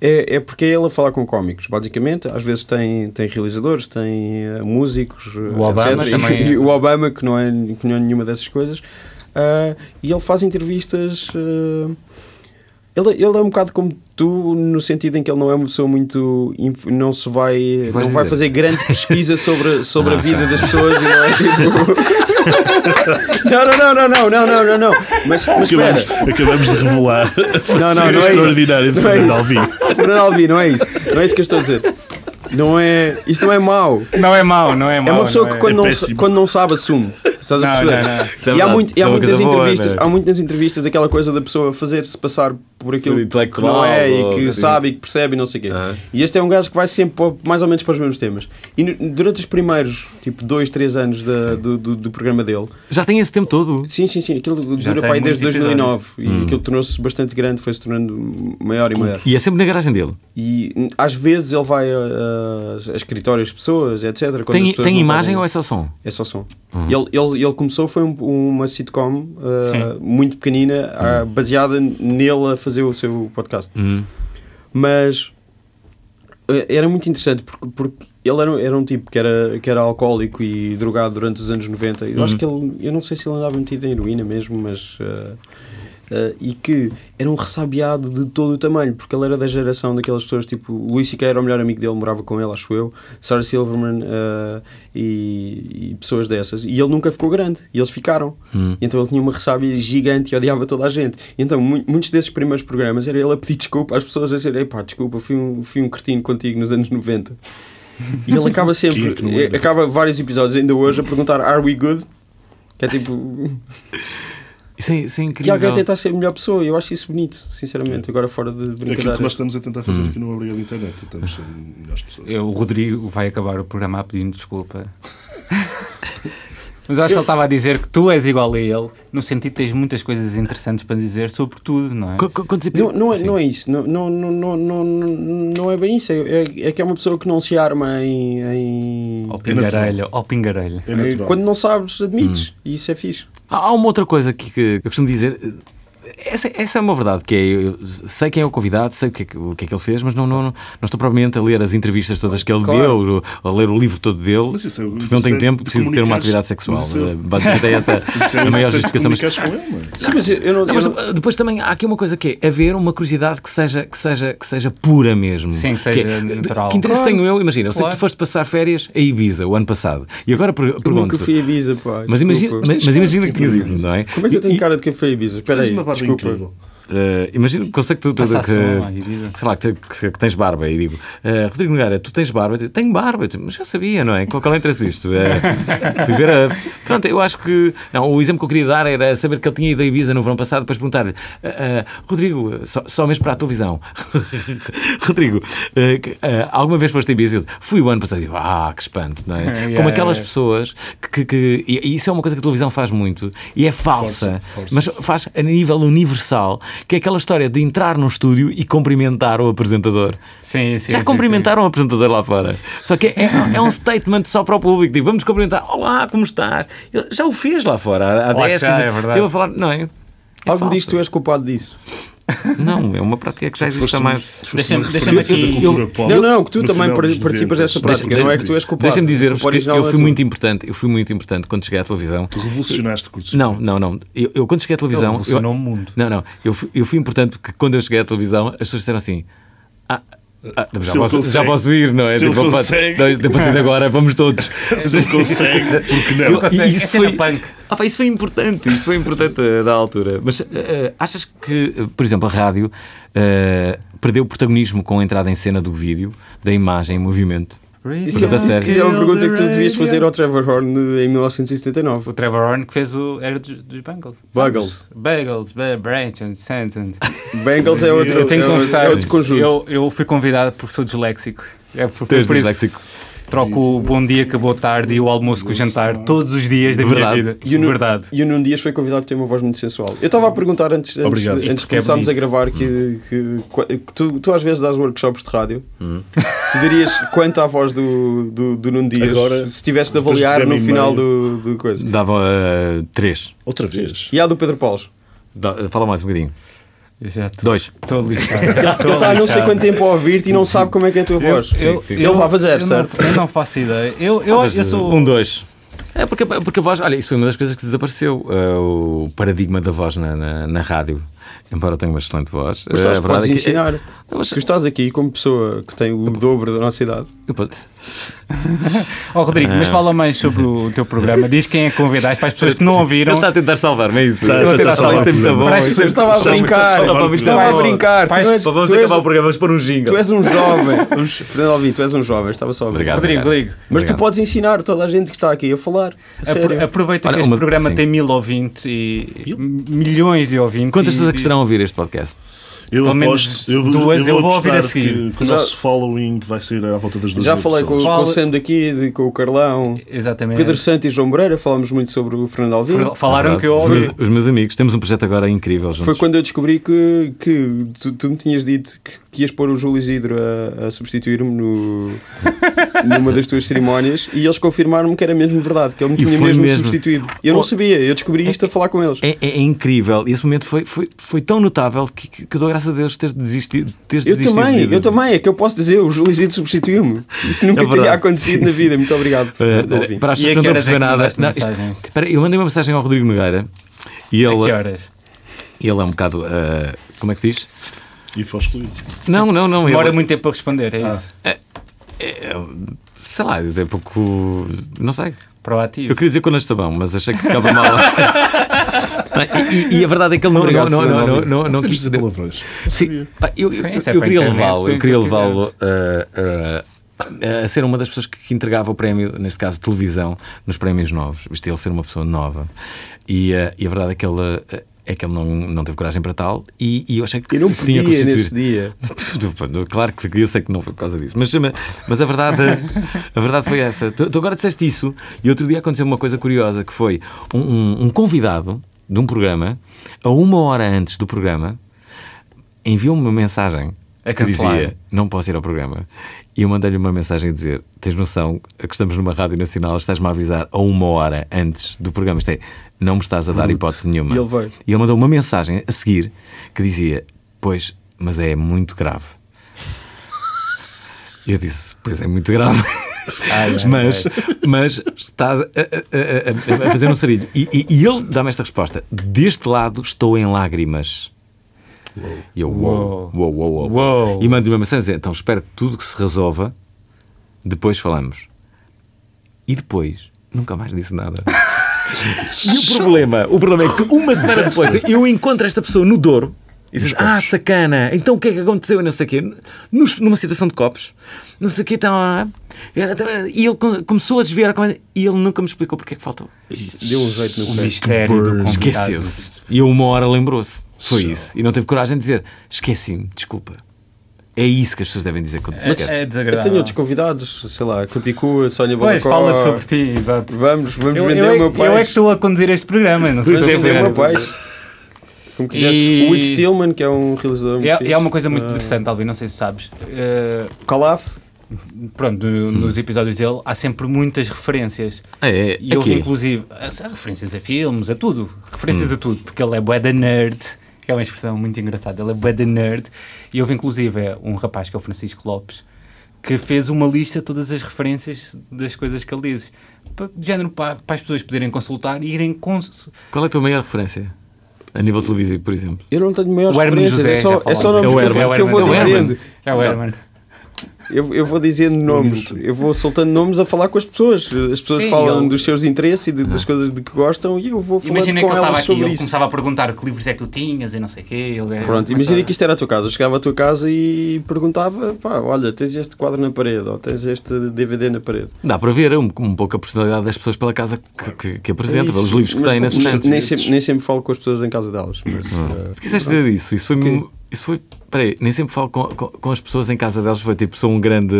[SPEAKER 4] É, é porque é ele a falar com cómicos, basicamente. Às vezes tem, tem realizadores, tem eh, músicos, eh,
[SPEAKER 5] Obama
[SPEAKER 4] etc.
[SPEAKER 5] também
[SPEAKER 4] E,
[SPEAKER 5] é.
[SPEAKER 4] (laughs) o Obama, que não, é, que não é nenhuma dessas coisas. Ah, e ele faz entrevistas. eh, Ele, ele é um bocado como tu, no sentido em que ele não é uma pessoa muito. inf- não se vai.
[SPEAKER 6] vais
[SPEAKER 4] não vai
[SPEAKER 6] dizer?
[SPEAKER 4] fazer grande pesquisa sobre, sobre a
[SPEAKER 5] Ah,
[SPEAKER 4] vida das pessoas e não
[SPEAKER 5] (laughs)
[SPEAKER 4] é tipo. não, não, não, não, não, não, não, não. Mas, mas espera.
[SPEAKER 2] Acabamos, acabamos de
[SPEAKER 4] (laughs)
[SPEAKER 2] revelar a
[SPEAKER 4] Não, não,
[SPEAKER 2] faceta
[SPEAKER 4] não é
[SPEAKER 2] extraordinária
[SPEAKER 4] isso.
[SPEAKER 2] de
[SPEAKER 4] Não é
[SPEAKER 2] Fernando
[SPEAKER 4] isso.
[SPEAKER 2] Alvim.
[SPEAKER 4] Fernando Alvim, não é isso. Não é isso que eu estou a dizer. Não é, isto não é mau.
[SPEAKER 5] Não é mau, não é mau.
[SPEAKER 4] É uma pessoa
[SPEAKER 5] não
[SPEAKER 4] que quando, não,
[SPEAKER 2] péssimo.
[SPEAKER 4] quando não sabe assume. Estás a
[SPEAKER 5] Não,
[SPEAKER 4] perceber?
[SPEAKER 5] não, não.
[SPEAKER 1] Isso é
[SPEAKER 4] E há,
[SPEAKER 1] verdade.
[SPEAKER 4] muito, e
[SPEAKER 1] Isso é
[SPEAKER 4] há
[SPEAKER 1] uma coisa boa,
[SPEAKER 4] muitas entrevistas,
[SPEAKER 1] não é?
[SPEAKER 4] há muitas entrevistas aquela coisa da pessoa fazer-se passar por aquilo
[SPEAKER 1] Por
[SPEAKER 4] que
[SPEAKER 1] intelectual,
[SPEAKER 4] não é e
[SPEAKER 1] ou
[SPEAKER 4] que
[SPEAKER 1] assim.
[SPEAKER 4] sabe e que percebe e não sei o quê.
[SPEAKER 1] Ah.
[SPEAKER 4] E este é um gajo que vai sempre para- mais ou menos para os mesmos temas. E no- durante os primeiros, tipo, dois, três anos da- do, do- do programa dele,
[SPEAKER 1] Já tem esse tempo todo.
[SPEAKER 4] sim, sim, sim, aquilo
[SPEAKER 5] Já
[SPEAKER 4] dura
[SPEAKER 5] tem
[SPEAKER 4] para aí desde
[SPEAKER 5] muitos
[SPEAKER 4] 2009
[SPEAKER 1] Hum.
[SPEAKER 4] e aquilo tornou-se bastante grande, foi-se tornando maior e maior.
[SPEAKER 1] E é sempre na garagem dele.
[SPEAKER 4] E n- às vezes ele vai a, a- a escritórios de pessoas, etc. quando as
[SPEAKER 1] Tem,
[SPEAKER 4] pessoas
[SPEAKER 1] tem
[SPEAKER 4] não
[SPEAKER 1] imagem
[SPEAKER 4] podem-
[SPEAKER 1] ou é só som?
[SPEAKER 4] é só som. Ele, ele, ele começou, foi um- uma sitcom uh,
[SPEAKER 5] Sim.
[SPEAKER 4] muito pequenina, ah, baseada nele a fazer o seu podcast. Mas eh, era muito interessante porque, porque ele era, um- era um tipo que era, que era alcoólico e drogado durante os anos 90. Eu acho que ele, eu não sei se ele andava metido em heroína mesmo, mas. eh, eh, e que era um ressabiado de todo o tamanho, porque ele era da geração daquelas pessoas tipo Luís Siqueira era o melhor amigo dele, morava com ele, acho eu, Sarah Silverman eh, e, e pessoas dessas. E ele nunca ficou grande, e eles ficaram. E Então ele tinha uma ressábia gigante e odiava toda a gente. E então mu- muitos desses primeiros programas era ele a pedir desculpa às pessoas, a dizer: Epá, desculpa, fui um, fui um cretino contigo nos anos 90. E ele acaba
[SPEAKER 2] Que
[SPEAKER 4] sempre, eh,
[SPEAKER 2] é que não era?
[SPEAKER 4] acaba vários episódios ainda hoje a perguntar: Are we good? Que é tipo,
[SPEAKER 1] Isso é, isso é
[SPEAKER 4] que
[SPEAKER 1] incrível.
[SPEAKER 4] alguém tentar ser a melhor pessoa. Eu acho isso bonito, sinceramente. Agora fora de
[SPEAKER 2] Aquilo
[SPEAKER 4] brincadeira.
[SPEAKER 2] que nós estamos a tentar fazer aqui no Obrigado Internet. Estamos sendo melhores pessoas.
[SPEAKER 5] Eu- o Rodrigo vai acabar o programa a pedindo desculpa. (laughs) Mas eu acho que ele estava a dizer que tu és igual a ele, no sentido que tens muitas coisas interessantes para dizer sobre tudo, não é?
[SPEAKER 1] Qu- qu- quantos epi-
[SPEAKER 4] Não, não, é,
[SPEAKER 1] Sim.
[SPEAKER 4] não é isso, não, não, não, não, não, não é bem isso. É, é- é que é uma pessoa que não se arma em. em-
[SPEAKER 5] Ao pingarelho, ao pingarelho.
[SPEAKER 2] É natural.
[SPEAKER 4] Quando não sabes, admites.
[SPEAKER 1] Hum.
[SPEAKER 4] E isso é fixe.
[SPEAKER 1] Há há uma outra coisa que, que eu costumo dizer. Essa, essa é uma verdade, que é, eu sei quem é o convidado, sei o que é que, o que, é que ele fez, mas não, não, não estou propriamente a ler as entrevistas todas que ele
[SPEAKER 4] Claro.
[SPEAKER 1] deu, a ler o livro todo dele,
[SPEAKER 2] Mas isso é-
[SPEAKER 1] porque não tenho
[SPEAKER 2] isso é
[SPEAKER 1] tempo,
[SPEAKER 2] de
[SPEAKER 1] preciso ter uma
[SPEAKER 2] comunicares.
[SPEAKER 1] atividade sexual.
[SPEAKER 2] Mas isso é-
[SPEAKER 1] Eh, Basicamente é esta
[SPEAKER 2] (laughs) Isso é
[SPEAKER 1] a maior
[SPEAKER 2] interessante
[SPEAKER 1] justificação. mas-
[SPEAKER 2] comunicares com ele, mano.
[SPEAKER 4] Sim, mas eu, eu não.
[SPEAKER 1] Não,
[SPEAKER 4] eu
[SPEAKER 1] mas
[SPEAKER 4] não-
[SPEAKER 1] eh, depois também há aqui uma coisa que é haver uma curiosidade que seja, que seja, que seja pura mesmo.
[SPEAKER 5] Sim, que seja natural.
[SPEAKER 1] Que interesse
[SPEAKER 4] Claro.
[SPEAKER 1] tenho eu? Imagina, eu sei
[SPEAKER 5] Claro.
[SPEAKER 1] que tu foste passar férias a Ibiza o ano passado. E agora per-
[SPEAKER 4] eu nunca
[SPEAKER 1] pergunto.
[SPEAKER 4] fui a Ibiza, pá.
[SPEAKER 1] Mas imagina,
[SPEAKER 4] desculpa.
[SPEAKER 1] mas, mas imagina que tinhas ido,
[SPEAKER 2] Ibiza.
[SPEAKER 1] não é?
[SPEAKER 4] Como é que eu tenho cara de que foi a Ibiza? Espera
[SPEAKER 2] Tens
[SPEAKER 4] aí,
[SPEAKER 2] uma barba
[SPEAKER 4] desculpa.
[SPEAKER 2] incrível.
[SPEAKER 1] Eh, imagina, consegue tu, tu
[SPEAKER 5] Passa a é
[SPEAKER 1] que,
[SPEAKER 5] som, ai, Ibiza.
[SPEAKER 1] sei lá, que, que- que tens barba e digo, eh, Rodrigo Nogueira, tu tens barba? Eu digo, tenho barba, Eu digo, mas já sabia, não é? Qual, qual é o interesse disto?
[SPEAKER 5] (laughs)
[SPEAKER 1] Eh, fui ver a- Pronto, eu acho que não, o exemplo que eu queria dar era saber que ele tinha ido a Ibiza no verão passado, depois perguntar-lhe, eh, eh, Rodrigo, só, só mesmo para a televisão, (laughs) Rodrigo, eh, que- eh, alguma vez foste a Ibiza? Ele, Fui o ano passado, Eu digo, ah, que espanto, não é?
[SPEAKER 5] (laughs) Yeah,
[SPEAKER 1] Como aquelas
[SPEAKER 5] yeah.
[SPEAKER 1] pessoas que, que- que- e e isso é uma coisa que a televisão faz muito e é falsa, mas faz a nível universal, que é aquela história de entrar num estúdio e cumprimentar o apresentador.
[SPEAKER 5] Sim, sim,
[SPEAKER 1] Já
[SPEAKER 5] sim,
[SPEAKER 1] cumprimentaram o apresentador lá fora. Só que é, é um statement só para o público. Tipo, vamos cumprimentar. Olá, como estás? Ele já o fez lá fora há, há
[SPEAKER 5] Lá
[SPEAKER 1] 10
[SPEAKER 5] já,
[SPEAKER 1] que-
[SPEAKER 5] é verdade. é-
[SPEAKER 1] Teve a falar, não é? é
[SPEAKER 4] Algo
[SPEAKER 1] falsa.
[SPEAKER 4] me diz que tu és culpado disso.
[SPEAKER 1] Não, é uma prática que já existe há mais.
[SPEAKER 5] Deixa-me-
[SPEAKER 2] Deixa-me
[SPEAKER 5] deixa-me aqui- eu-
[SPEAKER 4] Não, não, não, que tu também participas dessa prática. não é que tu és culpado.
[SPEAKER 1] Deixa-me dizer-vos
[SPEAKER 5] tipo
[SPEAKER 4] O
[SPEAKER 1] que
[SPEAKER 4] original
[SPEAKER 1] eu
[SPEAKER 4] é
[SPEAKER 1] fui
[SPEAKER 4] tu.
[SPEAKER 1] muito importante. Eu fui muito importante quando cheguei à televisão.
[SPEAKER 2] Tu revolucionaste o curso.
[SPEAKER 1] Não, não, não. Eu, eu quando cheguei à televisão.
[SPEAKER 5] Ele revolucionou
[SPEAKER 1] eu-
[SPEAKER 5] o mundo.
[SPEAKER 1] Não, não. Eu fui, eu fui importante porque quando eu cheguei à televisão as pessoas disseram assim. Ah, ah, já,
[SPEAKER 2] Se
[SPEAKER 1] posso,
[SPEAKER 2] ele
[SPEAKER 1] já
[SPEAKER 2] consegue.
[SPEAKER 1] posso ir, não é?
[SPEAKER 2] Se ele
[SPEAKER 1] opa,
[SPEAKER 2] consegue.
[SPEAKER 1] dois- A partir de agora vamos todos.
[SPEAKER 2] (laughs) Se ele consegue, porque
[SPEAKER 1] Eu-
[SPEAKER 2] não?
[SPEAKER 5] Ele consegue.
[SPEAKER 1] e
[SPEAKER 5] É cena punk.
[SPEAKER 1] Ah, pá, isso foi importante, isso foi importante eh, da altura. Mas eh, eh, achas que, eh, por exemplo, a rádio eh, perdeu protagonismo com a entrada em cena do vídeo, da imagem em movimento?
[SPEAKER 4] Isso é,
[SPEAKER 1] Pergunta séria.
[SPEAKER 4] isso é uma pergunta que tu devias fazer ao Trevor Horn em 1979.
[SPEAKER 5] O Trevor Horn que fez o. era dos, dos Bengals.
[SPEAKER 4] Bagels.
[SPEAKER 5] Bagels, Ba- Branch and Sentence.
[SPEAKER 4] Bengals é outro,
[SPEAKER 5] eu tenho
[SPEAKER 4] é
[SPEAKER 5] que
[SPEAKER 4] outro-
[SPEAKER 5] confessar.
[SPEAKER 4] é outro conjunto.
[SPEAKER 5] Eu, eu fui convidado porque sou disléxico. É por,
[SPEAKER 1] Tu és
[SPEAKER 5] por isso.
[SPEAKER 1] disléxico.
[SPEAKER 5] Troco o bom dia que boa tarde e o almoço com o jantar todos os dias da
[SPEAKER 1] Verdade.
[SPEAKER 5] minha vida.
[SPEAKER 4] E o, Nu-
[SPEAKER 5] Verdade.
[SPEAKER 4] e o Nuno Dias foi convidado por ter uma voz muito sensual. Eu estava a perguntar antes, antes,
[SPEAKER 2] Obrigado.
[SPEAKER 4] de- antes de
[SPEAKER 5] Porque é
[SPEAKER 4] começarmos a
[SPEAKER 5] bonito.
[SPEAKER 4] gravar que, que- que tu, tu às vezes dás workshops de rádio.
[SPEAKER 5] Uhum.
[SPEAKER 4] Tu dirias quanto à voz do, do, do Nuno Dias
[SPEAKER 2] Agora,
[SPEAKER 4] se tivesse de
[SPEAKER 2] depois de
[SPEAKER 4] avaliar
[SPEAKER 2] programa
[SPEAKER 4] no
[SPEAKER 2] e
[SPEAKER 4] final do,
[SPEAKER 2] meio.
[SPEAKER 4] do coisa.
[SPEAKER 1] Dava eh, três.
[SPEAKER 2] Outra vez.
[SPEAKER 4] E há do Pedro
[SPEAKER 5] (laughs)
[SPEAKER 4] Paulo.
[SPEAKER 1] Dá- fala mais um bocadinho.
[SPEAKER 5] Eu já estou
[SPEAKER 1] Dois.
[SPEAKER 4] (laughs)
[SPEAKER 5] lixado.
[SPEAKER 4] Ele está há tá, não sei quanto tempo a ouvir-te e não sabe como é que é a tua voz. Ele vai fazer,
[SPEAKER 5] eu
[SPEAKER 4] certo? eh,
[SPEAKER 5] Não, eu não faço ideia. Eu, eu, eu sou.
[SPEAKER 1] Um, dois. É porque, porque a voz, olha, isso foi uma das coisas que desapareceu, eh, o paradigma da voz na, na, na rádio. Embora tenha uma excelente voz.
[SPEAKER 4] Mas
[SPEAKER 1] eh,
[SPEAKER 4] sabes,
[SPEAKER 1] a verdade
[SPEAKER 4] que podes
[SPEAKER 1] é que-
[SPEAKER 4] ensinar.
[SPEAKER 1] Não, mas-
[SPEAKER 4] Tu estás aqui como pessoa que tem o dobro da nossa idade.
[SPEAKER 1] Eu posso-
[SPEAKER 5] Ó Rodrigo, mas fala mais sobre o teu programa. Diz quem é que convidaste para as pessoas que não
[SPEAKER 1] Ele
[SPEAKER 5] ouviram.
[SPEAKER 1] está a tentar salvar-me, é isso?
[SPEAKER 2] Está-
[SPEAKER 1] Ele
[SPEAKER 2] está-
[SPEAKER 1] está
[SPEAKER 2] está
[SPEAKER 1] a salvar-me, isso
[SPEAKER 2] salvar-me.
[SPEAKER 1] é muito bom.
[SPEAKER 5] Parece que
[SPEAKER 1] Isso é-
[SPEAKER 4] Eu estava a
[SPEAKER 1] está- está-
[SPEAKER 4] brincar.
[SPEAKER 1] está- está-
[SPEAKER 4] Estava a
[SPEAKER 1] está-
[SPEAKER 4] brincar.
[SPEAKER 5] Pais,
[SPEAKER 4] Tu és-
[SPEAKER 1] Vamos
[SPEAKER 4] tu és-
[SPEAKER 1] acabar o programa, vamos pôr um jingle.
[SPEAKER 4] Tu és
[SPEAKER 1] (laughs)
[SPEAKER 4] um jovem. Fernando Alvim, tu és um jovem. Estava só a brincar.
[SPEAKER 1] Obrigado.
[SPEAKER 5] Rodrigo,
[SPEAKER 1] obrigado.
[SPEAKER 5] Rodrigo.
[SPEAKER 4] Mas tu
[SPEAKER 1] Obrigado. É
[SPEAKER 4] podes ensinar toda a gente que está aqui a falar. A
[SPEAKER 5] Apro-
[SPEAKER 4] sério.
[SPEAKER 5] Aproveita
[SPEAKER 1] Olha,
[SPEAKER 5] que este
[SPEAKER 1] uma-
[SPEAKER 5] programa
[SPEAKER 1] sim.
[SPEAKER 5] tem mil ouvintes e e milhões de ouvintes.
[SPEAKER 1] Quantas
[SPEAKER 5] e-
[SPEAKER 1] pessoas é que estarão a ouvir este podcast?
[SPEAKER 2] Eu
[SPEAKER 5] Pelo menos
[SPEAKER 2] aposto, eu,
[SPEAKER 5] duas
[SPEAKER 2] eu
[SPEAKER 5] eu vou
[SPEAKER 2] vou
[SPEAKER 5] ouvir
[SPEAKER 2] apostar
[SPEAKER 5] a seguir.
[SPEAKER 2] que, que o
[SPEAKER 4] Já-
[SPEAKER 2] nosso following vai sair à volta das duas
[SPEAKER 4] Já
[SPEAKER 2] mil
[SPEAKER 4] falei com,
[SPEAKER 2] pessoas.
[SPEAKER 4] com o
[SPEAKER 5] Fala-
[SPEAKER 4] Sam daqui, de- com o Carlão,
[SPEAKER 1] É.
[SPEAKER 5] Exatamente.
[SPEAKER 4] Pedro Santos e João Moreira. Falámos muito sobre o Fernando Alvim.
[SPEAKER 5] Falaram que eu
[SPEAKER 1] Os
[SPEAKER 5] ouvi.
[SPEAKER 1] meus- Os meus amigos, temos um projeto agora incrível juntos.
[SPEAKER 4] Foi quando eu descobri que, que tu, tu me tinhas dito que, que ias pôr o Júlio Isidro a, a substituir-me no- (laughs) numa das tuas cerimónias e eles confirmaram-me que era mesmo verdade, que ele me
[SPEAKER 1] E
[SPEAKER 4] tinha
[SPEAKER 1] foi
[SPEAKER 4] mesmo,
[SPEAKER 1] mesmo.
[SPEAKER 4] substituído. E eu não
[SPEAKER 1] Oh.
[SPEAKER 4] sabia, eu descobri isto a falar com eles.
[SPEAKER 1] É, é- é incrível. E esse momento foi, foi, foi tão notável que, que, que dou graças a Deus ter desistido. Teres
[SPEAKER 4] Eu
[SPEAKER 1] desistido
[SPEAKER 4] também,
[SPEAKER 1] de-
[SPEAKER 4] eu também, é que eu posso dizer, o Júlio Isidro substituiu-me. Isso nunca
[SPEAKER 1] É
[SPEAKER 4] teria
[SPEAKER 1] verdade.
[SPEAKER 4] acontecido
[SPEAKER 1] Sim,
[SPEAKER 4] na
[SPEAKER 1] sim.
[SPEAKER 4] vida. Muito obrigado. Alvim.
[SPEAKER 1] Uh, para as
[SPEAKER 5] E
[SPEAKER 1] pessoas
[SPEAKER 5] a que
[SPEAKER 1] que não estão a
[SPEAKER 5] horas é que
[SPEAKER 1] perceber nada.
[SPEAKER 5] mandaste
[SPEAKER 1] Não, isto-
[SPEAKER 5] mensagem?
[SPEAKER 1] espera, eu mandei uma mensagem ao Rodrigo Nogueira e
[SPEAKER 5] A
[SPEAKER 1] ele,
[SPEAKER 5] que horas?
[SPEAKER 1] ele é um bocado. uh, como é que se diz?
[SPEAKER 2] E foi excluído.
[SPEAKER 1] Não, não, não.
[SPEAKER 5] Demora
[SPEAKER 1] ele-
[SPEAKER 5] muito tempo para responder, é
[SPEAKER 4] Ah.
[SPEAKER 5] isso.
[SPEAKER 1] Sei lá, é pouco. Não sei. Eu
[SPEAKER 5] Proativo.
[SPEAKER 1] queria dizer Conas de Sabão, mas achei que ficava mal. e, e- e a verdade é que ele não.
[SPEAKER 4] Obrigado,
[SPEAKER 1] não, não,
[SPEAKER 4] Fernando.
[SPEAKER 1] não, não, não
[SPEAKER 2] Podemos
[SPEAKER 1] quis
[SPEAKER 2] dizer palavrões.
[SPEAKER 1] (laughs) Sim, pá, eu, eu,
[SPEAKER 5] Sim, isso é
[SPEAKER 1] eu
[SPEAKER 5] para
[SPEAKER 1] queria
[SPEAKER 5] internet,
[SPEAKER 1] levá-lo, eu
[SPEAKER 5] tu
[SPEAKER 1] queria
[SPEAKER 5] isso quiseres.
[SPEAKER 1] levá-lo ah, ah, ah, a ser uma das pessoas que, que entregava o prémio, neste caso televisão, nos prémios novos, visto ele ser uma pessoa nova. E, ah, e a verdade é que ele ah, é que ele não, não teve coragem para tal e, e eu achei é, que
[SPEAKER 4] Eu não
[SPEAKER 1] tinha que
[SPEAKER 4] podia
[SPEAKER 1] substituir.
[SPEAKER 4] nesse dia.
[SPEAKER 1] (laughs) Claro que eu sei que não foi por causa disso, mas, mas a, verdade, a verdade foi essa. Tu, tu agora disseste isso, e outro dia aconteceu uma coisa curiosa que foi um, um- um convidado de um programa, a uma hora antes do programa, enviou-me uma mensagem
[SPEAKER 5] A
[SPEAKER 1] que
[SPEAKER 5] cancelar.
[SPEAKER 1] dizia não posso ir ao programa. E eu mandei-lhe uma mensagem a dizer: tens noção que estamos numa rádio nacional, estás-me a avisar a uma hora antes do programa. Isto é, não me estás a dar hipótese nenhuma.
[SPEAKER 4] E ele veio.
[SPEAKER 1] E ele mandou uma mensagem a seguir que dizia: Pois, mas é muito grave. E eu disse: Pois é muito grave.
[SPEAKER 5] Ai, ai,
[SPEAKER 1] mas, mas estás a, a- a- a- a fazer um sarilho. E, e- e ele dá-me esta resposta: Deste lado estou em lágrimas. E eu, uou,
[SPEAKER 5] Uou.
[SPEAKER 1] uou, uou, uou.
[SPEAKER 5] Uou.
[SPEAKER 1] E mando-lhe uma mensagem a dizer: Então espero que tudo que se resolva, depois falamos. E depois, nunca mais disse nada. E o problema, o problema é que uma semana depois eu encontro esta pessoa no Douro e dizes, ah, sacana, então o que é que aconteceu? E não sei o quê. Nos- numa situação de copos, não sei o quê, está lá. E ele com- começou a desviar a conversa e ele nunca me explicou porque é que faltou.
[SPEAKER 4] Deu um jeito no
[SPEAKER 5] O
[SPEAKER 4] pé.
[SPEAKER 5] mistério do
[SPEAKER 2] burn.
[SPEAKER 5] convidado.
[SPEAKER 1] Esqueceu-se. E eu uma hora lembrou-se. Foi isso. E não teve coragem de dizer, esqueci-me, desculpa. É isso que as pessoas devem dizer quando se esquecem.
[SPEAKER 5] É, é
[SPEAKER 4] Eu tenho
[SPEAKER 5] desagradável.
[SPEAKER 4] outros convidados, sei lá, Capicua, Sónia
[SPEAKER 5] Pois,
[SPEAKER 4] Balacó.
[SPEAKER 5] fala-te sobre ti, exato.
[SPEAKER 4] Vamos, vamos
[SPEAKER 5] Eu,
[SPEAKER 4] vender
[SPEAKER 5] eu é-
[SPEAKER 4] o meu
[SPEAKER 5] eu é
[SPEAKER 4] peixe.
[SPEAKER 5] que estou a conduzir este programa, não sei
[SPEAKER 4] Vamos
[SPEAKER 5] se
[SPEAKER 4] vender o
[SPEAKER 5] é
[SPEAKER 4] meu peixe. Como quiseres.
[SPEAKER 5] E-
[SPEAKER 4] O Whit Stillman, que é um realizador muito
[SPEAKER 5] É,
[SPEAKER 4] fixe.
[SPEAKER 5] é uma coisa muito interessante, talvez, não sei se sabes. Eh,
[SPEAKER 4] Calaf.
[SPEAKER 5] pronto,
[SPEAKER 4] Hum.
[SPEAKER 5] no- nos episódios dele há sempre muitas referências.
[SPEAKER 4] Ah,
[SPEAKER 1] É, é,
[SPEAKER 5] E houve
[SPEAKER 1] aqui.
[SPEAKER 5] inclusive a- a referências a filmes, a tudo.
[SPEAKER 4] Hum.
[SPEAKER 5] Referências a tudo, porque ele é bué da nerd, que é uma expressão muito engraçada. Ele é bué da nerd. E houve inclusive é, um rapaz que é o Francisco Lopes, que fez uma lista de todas as referências das coisas que ele diz. Pa- De género pa- para, as pessoas poderem consultar e irem. Cons...
[SPEAKER 1] Qual é a tua maior referência? A nível televisivo, por exemplo.
[SPEAKER 4] Eu não tenho maiores
[SPEAKER 5] O Herman
[SPEAKER 4] referências,
[SPEAKER 5] José,
[SPEAKER 4] é só,
[SPEAKER 5] já
[SPEAKER 4] é
[SPEAKER 5] falámos.
[SPEAKER 4] só nomes
[SPEAKER 1] É o
[SPEAKER 4] que eu
[SPEAKER 1] Herman,
[SPEAKER 4] vou- que eu
[SPEAKER 1] é
[SPEAKER 4] vou
[SPEAKER 1] o Herman.
[SPEAKER 4] dizendo.
[SPEAKER 5] É o Herman.
[SPEAKER 4] Eu, eu vou dizendo nomes, eu vou soltando nomes a falar com as pessoas. As pessoas
[SPEAKER 5] Sim,
[SPEAKER 4] falam
[SPEAKER 5] ele- Ah.
[SPEAKER 4] dos seus interesses e de- das coisas de que gostam e eu vou falar com
[SPEAKER 5] Imagina que ele estava
[SPEAKER 4] elas
[SPEAKER 5] aqui,
[SPEAKER 4] sobre
[SPEAKER 5] ele
[SPEAKER 4] isso.
[SPEAKER 5] começava a perguntar que livros é que tu tinhas e não sei o quê. Ele...
[SPEAKER 4] Pronto, imagina que isto era a tua casa. Eu chegava à tua casa e perguntava: pá, olha, tens este quadro na parede ou tens este DVD na parede.
[SPEAKER 1] Dá para ver um, um pouco a personalidade das pessoas pela casa que, que- que
[SPEAKER 4] É
[SPEAKER 1] apresenta,
[SPEAKER 4] isso.
[SPEAKER 1] pelos livros que
[SPEAKER 4] Mas
[SPEAKER 1] têm nesses
[SPEAKER 4] nem,
[SPEAKER 1] momentos.
[SPEAKER 4] nem, sempre, nem sempre falo com as pessoas em casa delas. Mas, eh,
[SPEAKER 1] Se quiseres dizer isso, isso foi. Isso foi peraí, nem sempre falo com, com, com as pessoas em casa delas, foi tipo, sou um grande.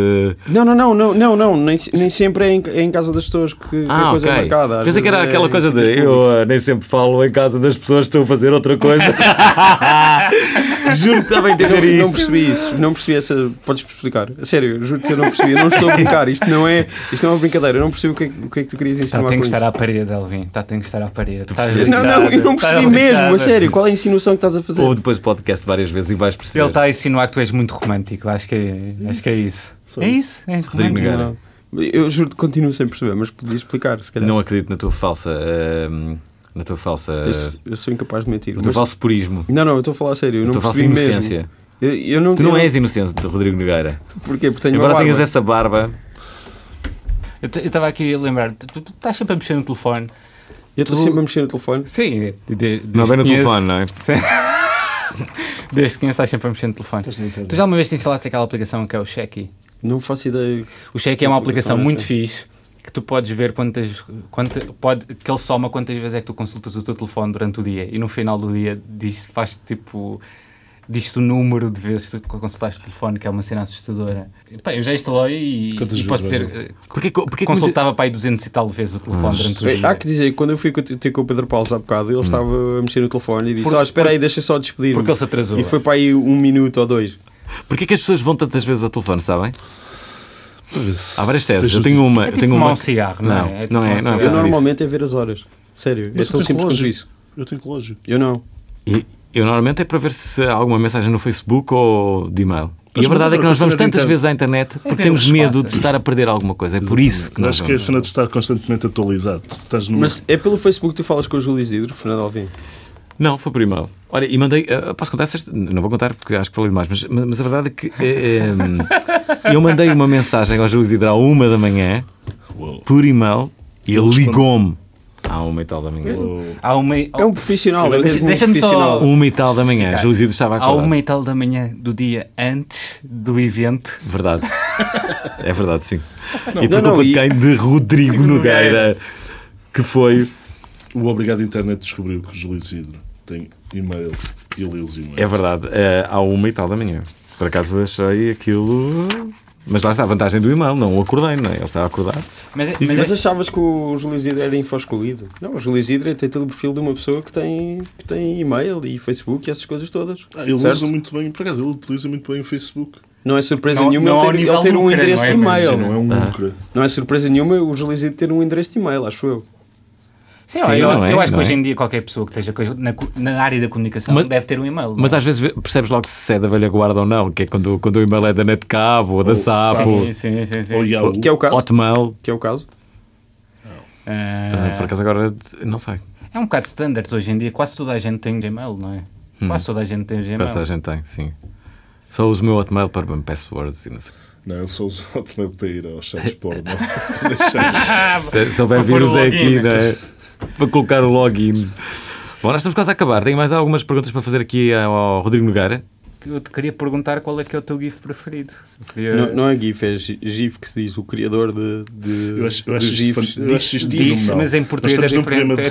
[SPEAKER 4] Não, não, não, não, não, não nem, se- nem sempre é em, é em casa das pessoas que, que a coisa
[SPEAKER 1] Ah, ok.
[SPEAKER 4] é marcada. Às
[SPEAKER 1] Pensei que era
[SPEAKER 4] vezes é
[SPEAKER 1] aquela
[SPEAKER 4] em
[SPEAKER 1] coisa
[SPEAKER 4] sítios
[SPEAKER 1] de eu
[SPEAKER 4] (laughs) públicos.
[SPEAKER 1] ah, nem sempre falo em casa das pessoas, estou a fazer outra coisa.
[SPEAKER 4] (laughs)
[SPEAKER 1] Juro que estava a entender
[SPEAKER 4] Não, não
[SPEAKER 1] isso.
[SPEAKER 4] percebi isso, não percebi essa. Podes explicar? A sério, juro que eu não percebi, eu não estou a brincar, isto não é, isto não é uma brincadeira, eu não percebi o que é, que- o que, é que tu querias
[SPEAKER 5] Tá,
[SPEAKER 4] ensinar
[SPEAKER 5] tem
[SPEAKER 4] com
[SPEAKER 5] que estar
[SPEAKER 4] isso.
[SPEAKER 5] à parede, Alvin. Tá, tem que estar à parede. Tá
[SPEAKER 1] percebeste?
[SPEAKER 4] Não, não, eu não
[SPEAKER 5] tá
[SPEAKER 4] percebi mesmo,
[SPEAKER 5] arriscado.
[SPEAKER 4] a sério, qual é a insinuação que estás a fazer?
[SPEAKER 1] Ou depois podcast várias vezes e vais perceber.
[SPEAKER 5] Ele
[SPEAKER 4] tá-
[SPEAKER 5] está a insinuar que tu és muito romântico. Acho que é, acho que é isso. É isso? É
[SPEAKER 1] Rodrigo
[SPEAKER 5] romântico.
[SPEAKER 1] Nogueira.
[SPEAKER 4] Não. Eu juro que continuo sem perceber, mas podia explicar, se calhar.
[SPEAKER 1] Não acredito na tua falsa. ah, na tua falsa.
[SPEAKER 4] Eu, sou- eu sou incapaz de mentir.
[SPEAKER 1] no teu
[SPEAKER 4] mas-
[SPEAKER 1] falso purismo.
[SPEAKER 4] Não, não, eu estou a falar a sério. Eu
[SPEAKER 1] Na
[SPEAKER 4] não
[SPEAKER 1] tua falsa
[SPEAKER 4] percebi mesmo.
[SPEAKER 1] inocência.
[SPEAKER 4] Eu, eu não,
[SPEAKER 1] Tu não
[SPEAKER 4] eu
[SPEAKER 1] és inocente, Rodrigo Nogueira.
[SPEAKER 4] Porquê? Porque tenho
[SPEAKER 1] Embora
[SPEAKER 4] uma barba.
[SPEAKER 1] tenhas essa barba.
[SPEAKER 5] Eu estava aqui a lembrar, tu, tu- tu estás sempre a mexer no telefone.
[SPEAKER 4] Eu estou
[SPEAKER 5] Tu-
[SPEAKER 4] sempre a mexer no telefone.
[SPEAKER 5] Sim, de, de,
[SPEAKER 1] Não
[SPEAKER 5] desde
[SPEAKER 1] bem no
[SPEAKER 5] que
[SPEAKER 1] telefone, não é?
[SPEAKER 5] Sim. (laughs) Desde que conheço, estás sempre a mexer no telefone. Tu já uma vez te instalaste aquela aplicação que é o Checky?
[SPEAKER 4] Não faço ideia.
[SPEAKER 5] O Check é uma aplicação
[SPEAKER 4] Aplicação, não
[SPEAKER 5] muito fixe que tu podes ver quantas. Quanta, pode, que ele soma quantas vezes é que tu consultas o teu telefone durante o dia e no final do dia diz, faz tipo. Diz-te o número de vezes que tu consultaste o telefone, que é uma cena assustadora. E, pá, eu já instalei e,
[SPEAKER 2] Quantas
[SPEAKER 5] e pode
[SPEAKER 2] vezes
[SPEAKER 5] ser.
[SPEAKER 2] vai
[SPEAKER 5] eh,
[SPEAKER 1] Porque, porque
[SPEAKER 5] consultava para aí 200 e tal vezes o telefone durante o
[SPEAKER 4] Hum. Bem, Há
[SPEAKER 5] dia.
[SPEAKER 4] que dizer, que quando eu fui co- ter com o Pedro Paulo há bocado, ele estava a mexer no telefone e disse:
[SPEAKER 5] Hum. Porque-
[SPEAKER 4] Ah, espera aí, deixa só despedir.
[SPEAKER 5] porque ele se atrasou.
[SPEAKER 4] E foi para aí um minuto ou dois.
[SPEAKER 1] Porquê que as pessoas vão tantas vezes ao telefone, sabem?
[SPEAKER 2] Para ver se-
[SPEAKER 1] Há várias
[SPEAKER 2] se
[SPEAKER 1] teses.
[SPEAKER 2] deixa
[SPEAKER 1] Eu
[SPEAKER 2] o
[SPEAKER 1] tenho
[SPEAKER 2] tipo-
[SPEAKER 1] uma.
[SPEAKER 5] É
[SPEAKER 1] eu
[SPEAKER 5] tipo
[SPEAKER 1] tenho
[SPEAKER 5] fumar
[SPEAKER 1] uma...
[SPEAKER 5] um cigarro, não é? É tipo
[SPEAKER 1] Não é,
[SPEAKER 5] fumar um
[SPEAKER 1] não é.
[SPEAKER 5] cigarro.
[SPEAKER 1] por
[SPEAKER 4] Eu
[SPEAKER 1] causa disso.
[SPEAKER 4] normalmente é ver as horas. Sério,
[SPEAKER 2] Mas
[SPEAKER 4] é
[SPEAKER 2] tu
[SPEAKER 4] tão
[SPEAKER 2] tens
[SPEAKER 4] simples quanto
[SPEAKER 2] relógio.
[SPEAKER 4] isso.
[SPEAKER 2] Eu tenho relógio.
[SPEAKER 4] Eu não.
[SPEAKER 1] E- Eu normalmente é para ver se há alguma mensagem no Facebook ou de e-mail.
[SPEAKER 2] Pois,
[SPEAKER 1] e a
[SPEAKER 2] mas
[SPEAKER 1] verdade é que
[SPEAKER 2] agora,
[SPEAKER 1] nós
[SPEAKER 2] com a
[SPEAKER 1] vamos
[SPEAKER 2] cena da
[SPEAKER 1] tantas
[SPEAKER 2] internet-
[SPEAKER 1] vezes à internet porque
[SPEAKER 5] É ver o que
[SPEAKER 1] temos
[SPEAKER 5] se
[SPEAKER 1] medo
[SPEAKER 5] passa.
[SPEAKER 1] de estar a perder alguma coisa. É por isso que
[SPEAKER 2] Eu
[SPEAKER 1] nós
[SPEAKER 2] acho que é a
[SPEAKER 1] vamos.
[SPEAKER 2] cena de estar constantemente atualizado. Tu Estás
[SPEAKER 5] Hum.
[SPEAKER 2] no
[SPEAKER 4] Mas é pelo Facebook que tu falas com o Júlio Isidro, Fernando Alvim.
[SPEAKER 1] Não, foi por e-mail. Olha, e mandei. eh, posso contar estas? Não vou contar porque acho que falei demais, mas, mas- mas a verdade é que eh, eh, eu mandei uma mensagem ao Júlio Isidro à uma da manhã
[SPEAKER 2] Uou.
[SPEAKER 1] por e-mail e ele
[SPEAKER 2] respondeu.
[SPEAKER 1] ligou-me à uma e tal da manhã.
[SPEAKER 5] Há uma.
[SPEAKER 4] É um profissional, é
[SPEAKER 5] Oh. Deixa-
[SPEAKER 4] mesmo um
[SPEAKER 5] deixa-me só-
[SPEAKER 4] profissional.
[SPEAKER 1] Uma e tal da manhã, Júlio Isidro estava
[SPEAKER 5] À
[SPEAKER 1] acordado.
[SPEAKER 5] uma e tal da manhã do dia antes do evento.
[SPEAKER 1] Verdade. é verdade, sim. e por
[SPEAKER 4] Não, não,
[SPEAKER 1] culpa de
[SPEAKER 4] e- É.
[SPEAKER 1] quem? De
[SPEAKER 4] (laughs)
[SPEAKER 1] Rodrigo Nogueira, que foi.
[SPEAKER 2] O Obrigado Internet descobriu que o Júlio Isidro tem e-mail e lê os e-mails.
[SPEAKER 1] É verdade, eh, à uma e tal da manhã. Por acaso achei aquilo. Mas lá está a vantagem do e-mail, não o acordei, não é? Ele estava acordado.
[SPEAKER 5] Mas, é-
[SPEAKER 4] Mas,
[SPEAKER 5] mas,
[SPEAKER 4] achavas que o Júlio Isidro era infoscolido? Não, o Júlio Isidro é- tem todo o perfil de uma pessoa que tem, que tem e-mail e Facebook e essas coisas todas.
[SPEAKER 2] Ah, ele
[SPEAKER 4] certo?
[SPEAKER 2] usa muito bem, por acaso, ele utiliza muito bem o Facebook.
[SPEAKER 4] Não é surpresa
[SPEAKER 5] um- Não-
[SPEAKER 4] nenhuma
[SPEAKER 5] não ao
[SPEAKER 4] ele ter,
[SPEAKER 5] nível
[SPEAKER 4] ele ter um
[SPEAKER 5] lucro,
[SPEAKER 4] endereço
[SPEAKER 5] não é?
[SPEAKER 4] de
[SPEAKER 5] Mas
[SPEAKER 2] Isso
[SPEAKER 4] e-mail.
[SPEAKER 2] não é um lucro.
[SPEAKER 4] Não é surpresa nenhuma o Júlio Isidro ter um endereço de e-mail, acho eu.
[SPEAKER 5] Sim,
[SPEAKER 1] Sim,
[SPEAKER 5] eu,
[SPEAKER 1] não é,
[SPEAKER 5] eu acho que
[SPEAKER 1] não
[SPEAKER 5] hoje
[SPEAKER 1] é?
[SPEAKER 5] em dia qualquer pessoa que esteja co- na, co- na área da comunicação
[SPEAKER 1] Mas-
[SPEAKER 5] deve ter um e-mail.
[SPEAKER 1] Mas
[SPEAKER 5] não é?
[SPEAKER 1] às vezes percebes logo se é da velha guarda ou não, que é quando, quando o e-mail é da Net Cabo ou da Sapo,
[SPEAKER 5] sim, sim, sim, sim.
[SPEAKER 2] Ou Yahoo.
[SPEAKER 4] Oh, Que é o caso.
[SPEAKER 1] Hotmail. Eh,
[SPEAKER 4] Que é o caso.
[SPEAKER 1] Ah,
[SPEAKER 5] Ah,
[SPEAKER 1] por acaso agora não sei.
[SPEAKER 5] é um bocado standard hoje em dia, quase toda a gente tem Gmail, não é? Quase toda a gente tem Gmail.
[SPEAKER 1] Hum. Quase toda a gente tem, sim. Só uso o meu Hotmail para passwords e não sei.
[SPEAKER 2] Não, ele só (laughs) usa o Hotmail para ir aos sites porno. Para deixar-
[SPEAKER 1] Se, se houver
[SPEAKER 5] Para pôr o
[SPEAKER 1] vírus é aqui,
[SPEAKER 5] login. né?
[SPEAKER 1] não é? Para colocar o login. Bom, nós estamos quase a acabar. Tenho mais algumas perguntas para fazer aqui ao Rodrigo Nogueira.
[SPEAKER 5] Eu te queria perguntar qual é que é o teu GIF preferido. Eu queria-
[SPEAKER 4] Não, não é GIF, é G- GIF que se diz, o criador de, de,
[SPEAKER 2] Eu acho, eu
[SPEAKER 4] dos
[SPEAKER 2] acho isto,
[SPEAKER 4] GIFs.
[SPEAKER 2] fan- eu acho isto
[SPEAKER 5] diz-
[SPEAKER 2] fenomenal.
[SPEAKER 5] mas em português
[SPEAKER 2] Nós estamos
[SPEAKER 5] é
[SPEAKER 2] num
[SPEAKER 5] diferente,
[SPEAKER 2] programa de
[SPEAKER 5] é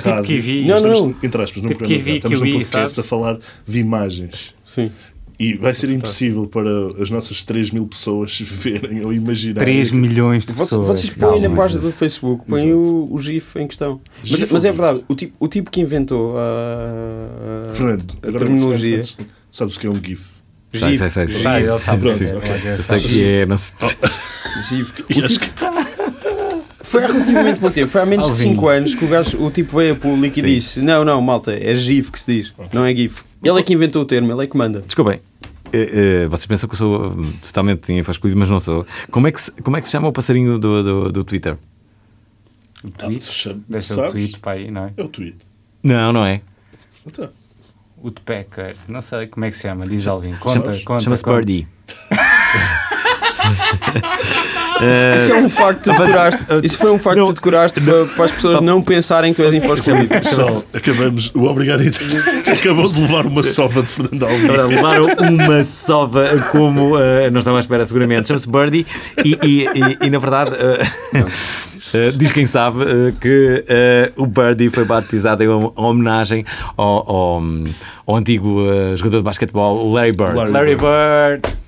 [SPEAKER 2] rádio.
[SPEAKER 5] tipo Kiwi.
[SPEAKER 2] Nós
[SPEAKER 4] Não,
[SPEAKER 2] estamos,
[SPEAKER 4] não.
[SPEAKER 2] Entre aspas, num
[SPEAKER 5] Tipo
[SPEAKER 2] programa de
[SPEAKER 5] Kiwi,
[SPEAKER 2] rádio. Estamos num
[SPEAKER 5] Kiwi,
[SPEAKER 2] podcast
[SPEAKER 5] sabes? Tá.
[SPEAKER 2] a falar de imagens.
[SPEAKER 4] Sim.
[SPEAKER 2] E vai ser impossível para as nossas 3 mil pessoas (laughs) verem ou imaginarem.
[SPEAKER 5] 3 milhões de
[SPEAKER 4] Vocês,
[SPEAKER 5] pessoas.
[SPEAKER 4] vocês põem na
[SPEAKER 5] Calma.
[SPEAKER 4] página do Facebook, põem o, o GIF em questão. Mas,
[SPEAKER 2] GIF
[SPEAKER 4] mas é
[SPEAKER 2] ou GIF?
[SPEAKER 4] verdade, o tipo, o tipo que inventou a,
[SPEAKER 2] Fernando,
[SPEAKER 4] a
[SPEAKER 2] agora
[SPEAKER 4] terminologia
[SPEAKER 2] sabes- Sabes o que é um GIF?
[SPEAKER 1] Sei,
[SPEAKER 4] GIF,
[SPEAKER 1] sei, sei, sei.
[SPEAKER 5] Sabe, ele sabe
[SPEAKER 1] Sim,
[SPEAKER 5] dizer,
[SPEAKER 1] sim.
[SPEAKER 5] ok, Oh.
[SPEAKER 1] Eu sei
[SPEAKER 5] sabe.
[SPEAKER 1] que é. Não sei.
[SPEAKER 4] GIF.
[SPEAKER 2] E acho que
[SPEAKER 4] Foi há relativamente pouco tempo, foi há menos de
[SPEAKER 5] Alvinho.
[SPEAKER 4] 5 anos que o, gajo, o tipo veio a público e disse: Não, não, malta, é GIF que se diz, não é GIF. Ele é que inventou o termo, ele é que manda.
[SPEAKER 1] (laughs) Desculpem. Eh, eh, vocês pensam que eu sou hum, totalmente em fasculido, mas não sou. Como é que se, como é que se chama o passarinho do, do, do Twitter?
[SPEAKER 5] O
[SPEAKER 2] Ah, tu
[SPEAKER 5] tweet.
[SPEAKER 2] sabes?
[SPEAKER 5] Deve ser o
[SPEAKER 2] Sabes?
[SPEAKER 5] tweet para aí, não é?
[SPEAKER 2] é o tweet.
[SPEAKER 1] Não, não é.
[SPEAKER 2] Então,
[SPEAKER 5] O de Packer. Não sei como é que se chama. Diz Alvin. Conta, conta.
[SPEAKER 1] Chama-se
[SPEAKER 5] conta.
[SPEAKER 1] Birdie.
[SPEAKER 4] Isso é um facto que tu decoraste. Isso foi um facto que tu decoraste para, para as pessoas não pensarem que tu és infoscolhido.
[SPEAKER 2] pessoal, (laughs) acabamos. O obrigado Internet (laughs) acabou de levar uma sova de Fernando
[SPEAKER 1] Agora,
[SPEAKER 2] Alves.
[SPEAKER 1] levaram uma sova como eh, não estava à espera, seguramente. Chama-se Birdie e, e- e- e, na verdade, eh, eh, diz quem sabe eh, que eh, o Birdie foi batizado em hom- homenagem ao, ao, ao antigo eh, jogador de basquetebol Larry Bird.
[SPEAKER 2] Larry
[SPEAKER 5] Larry Bird.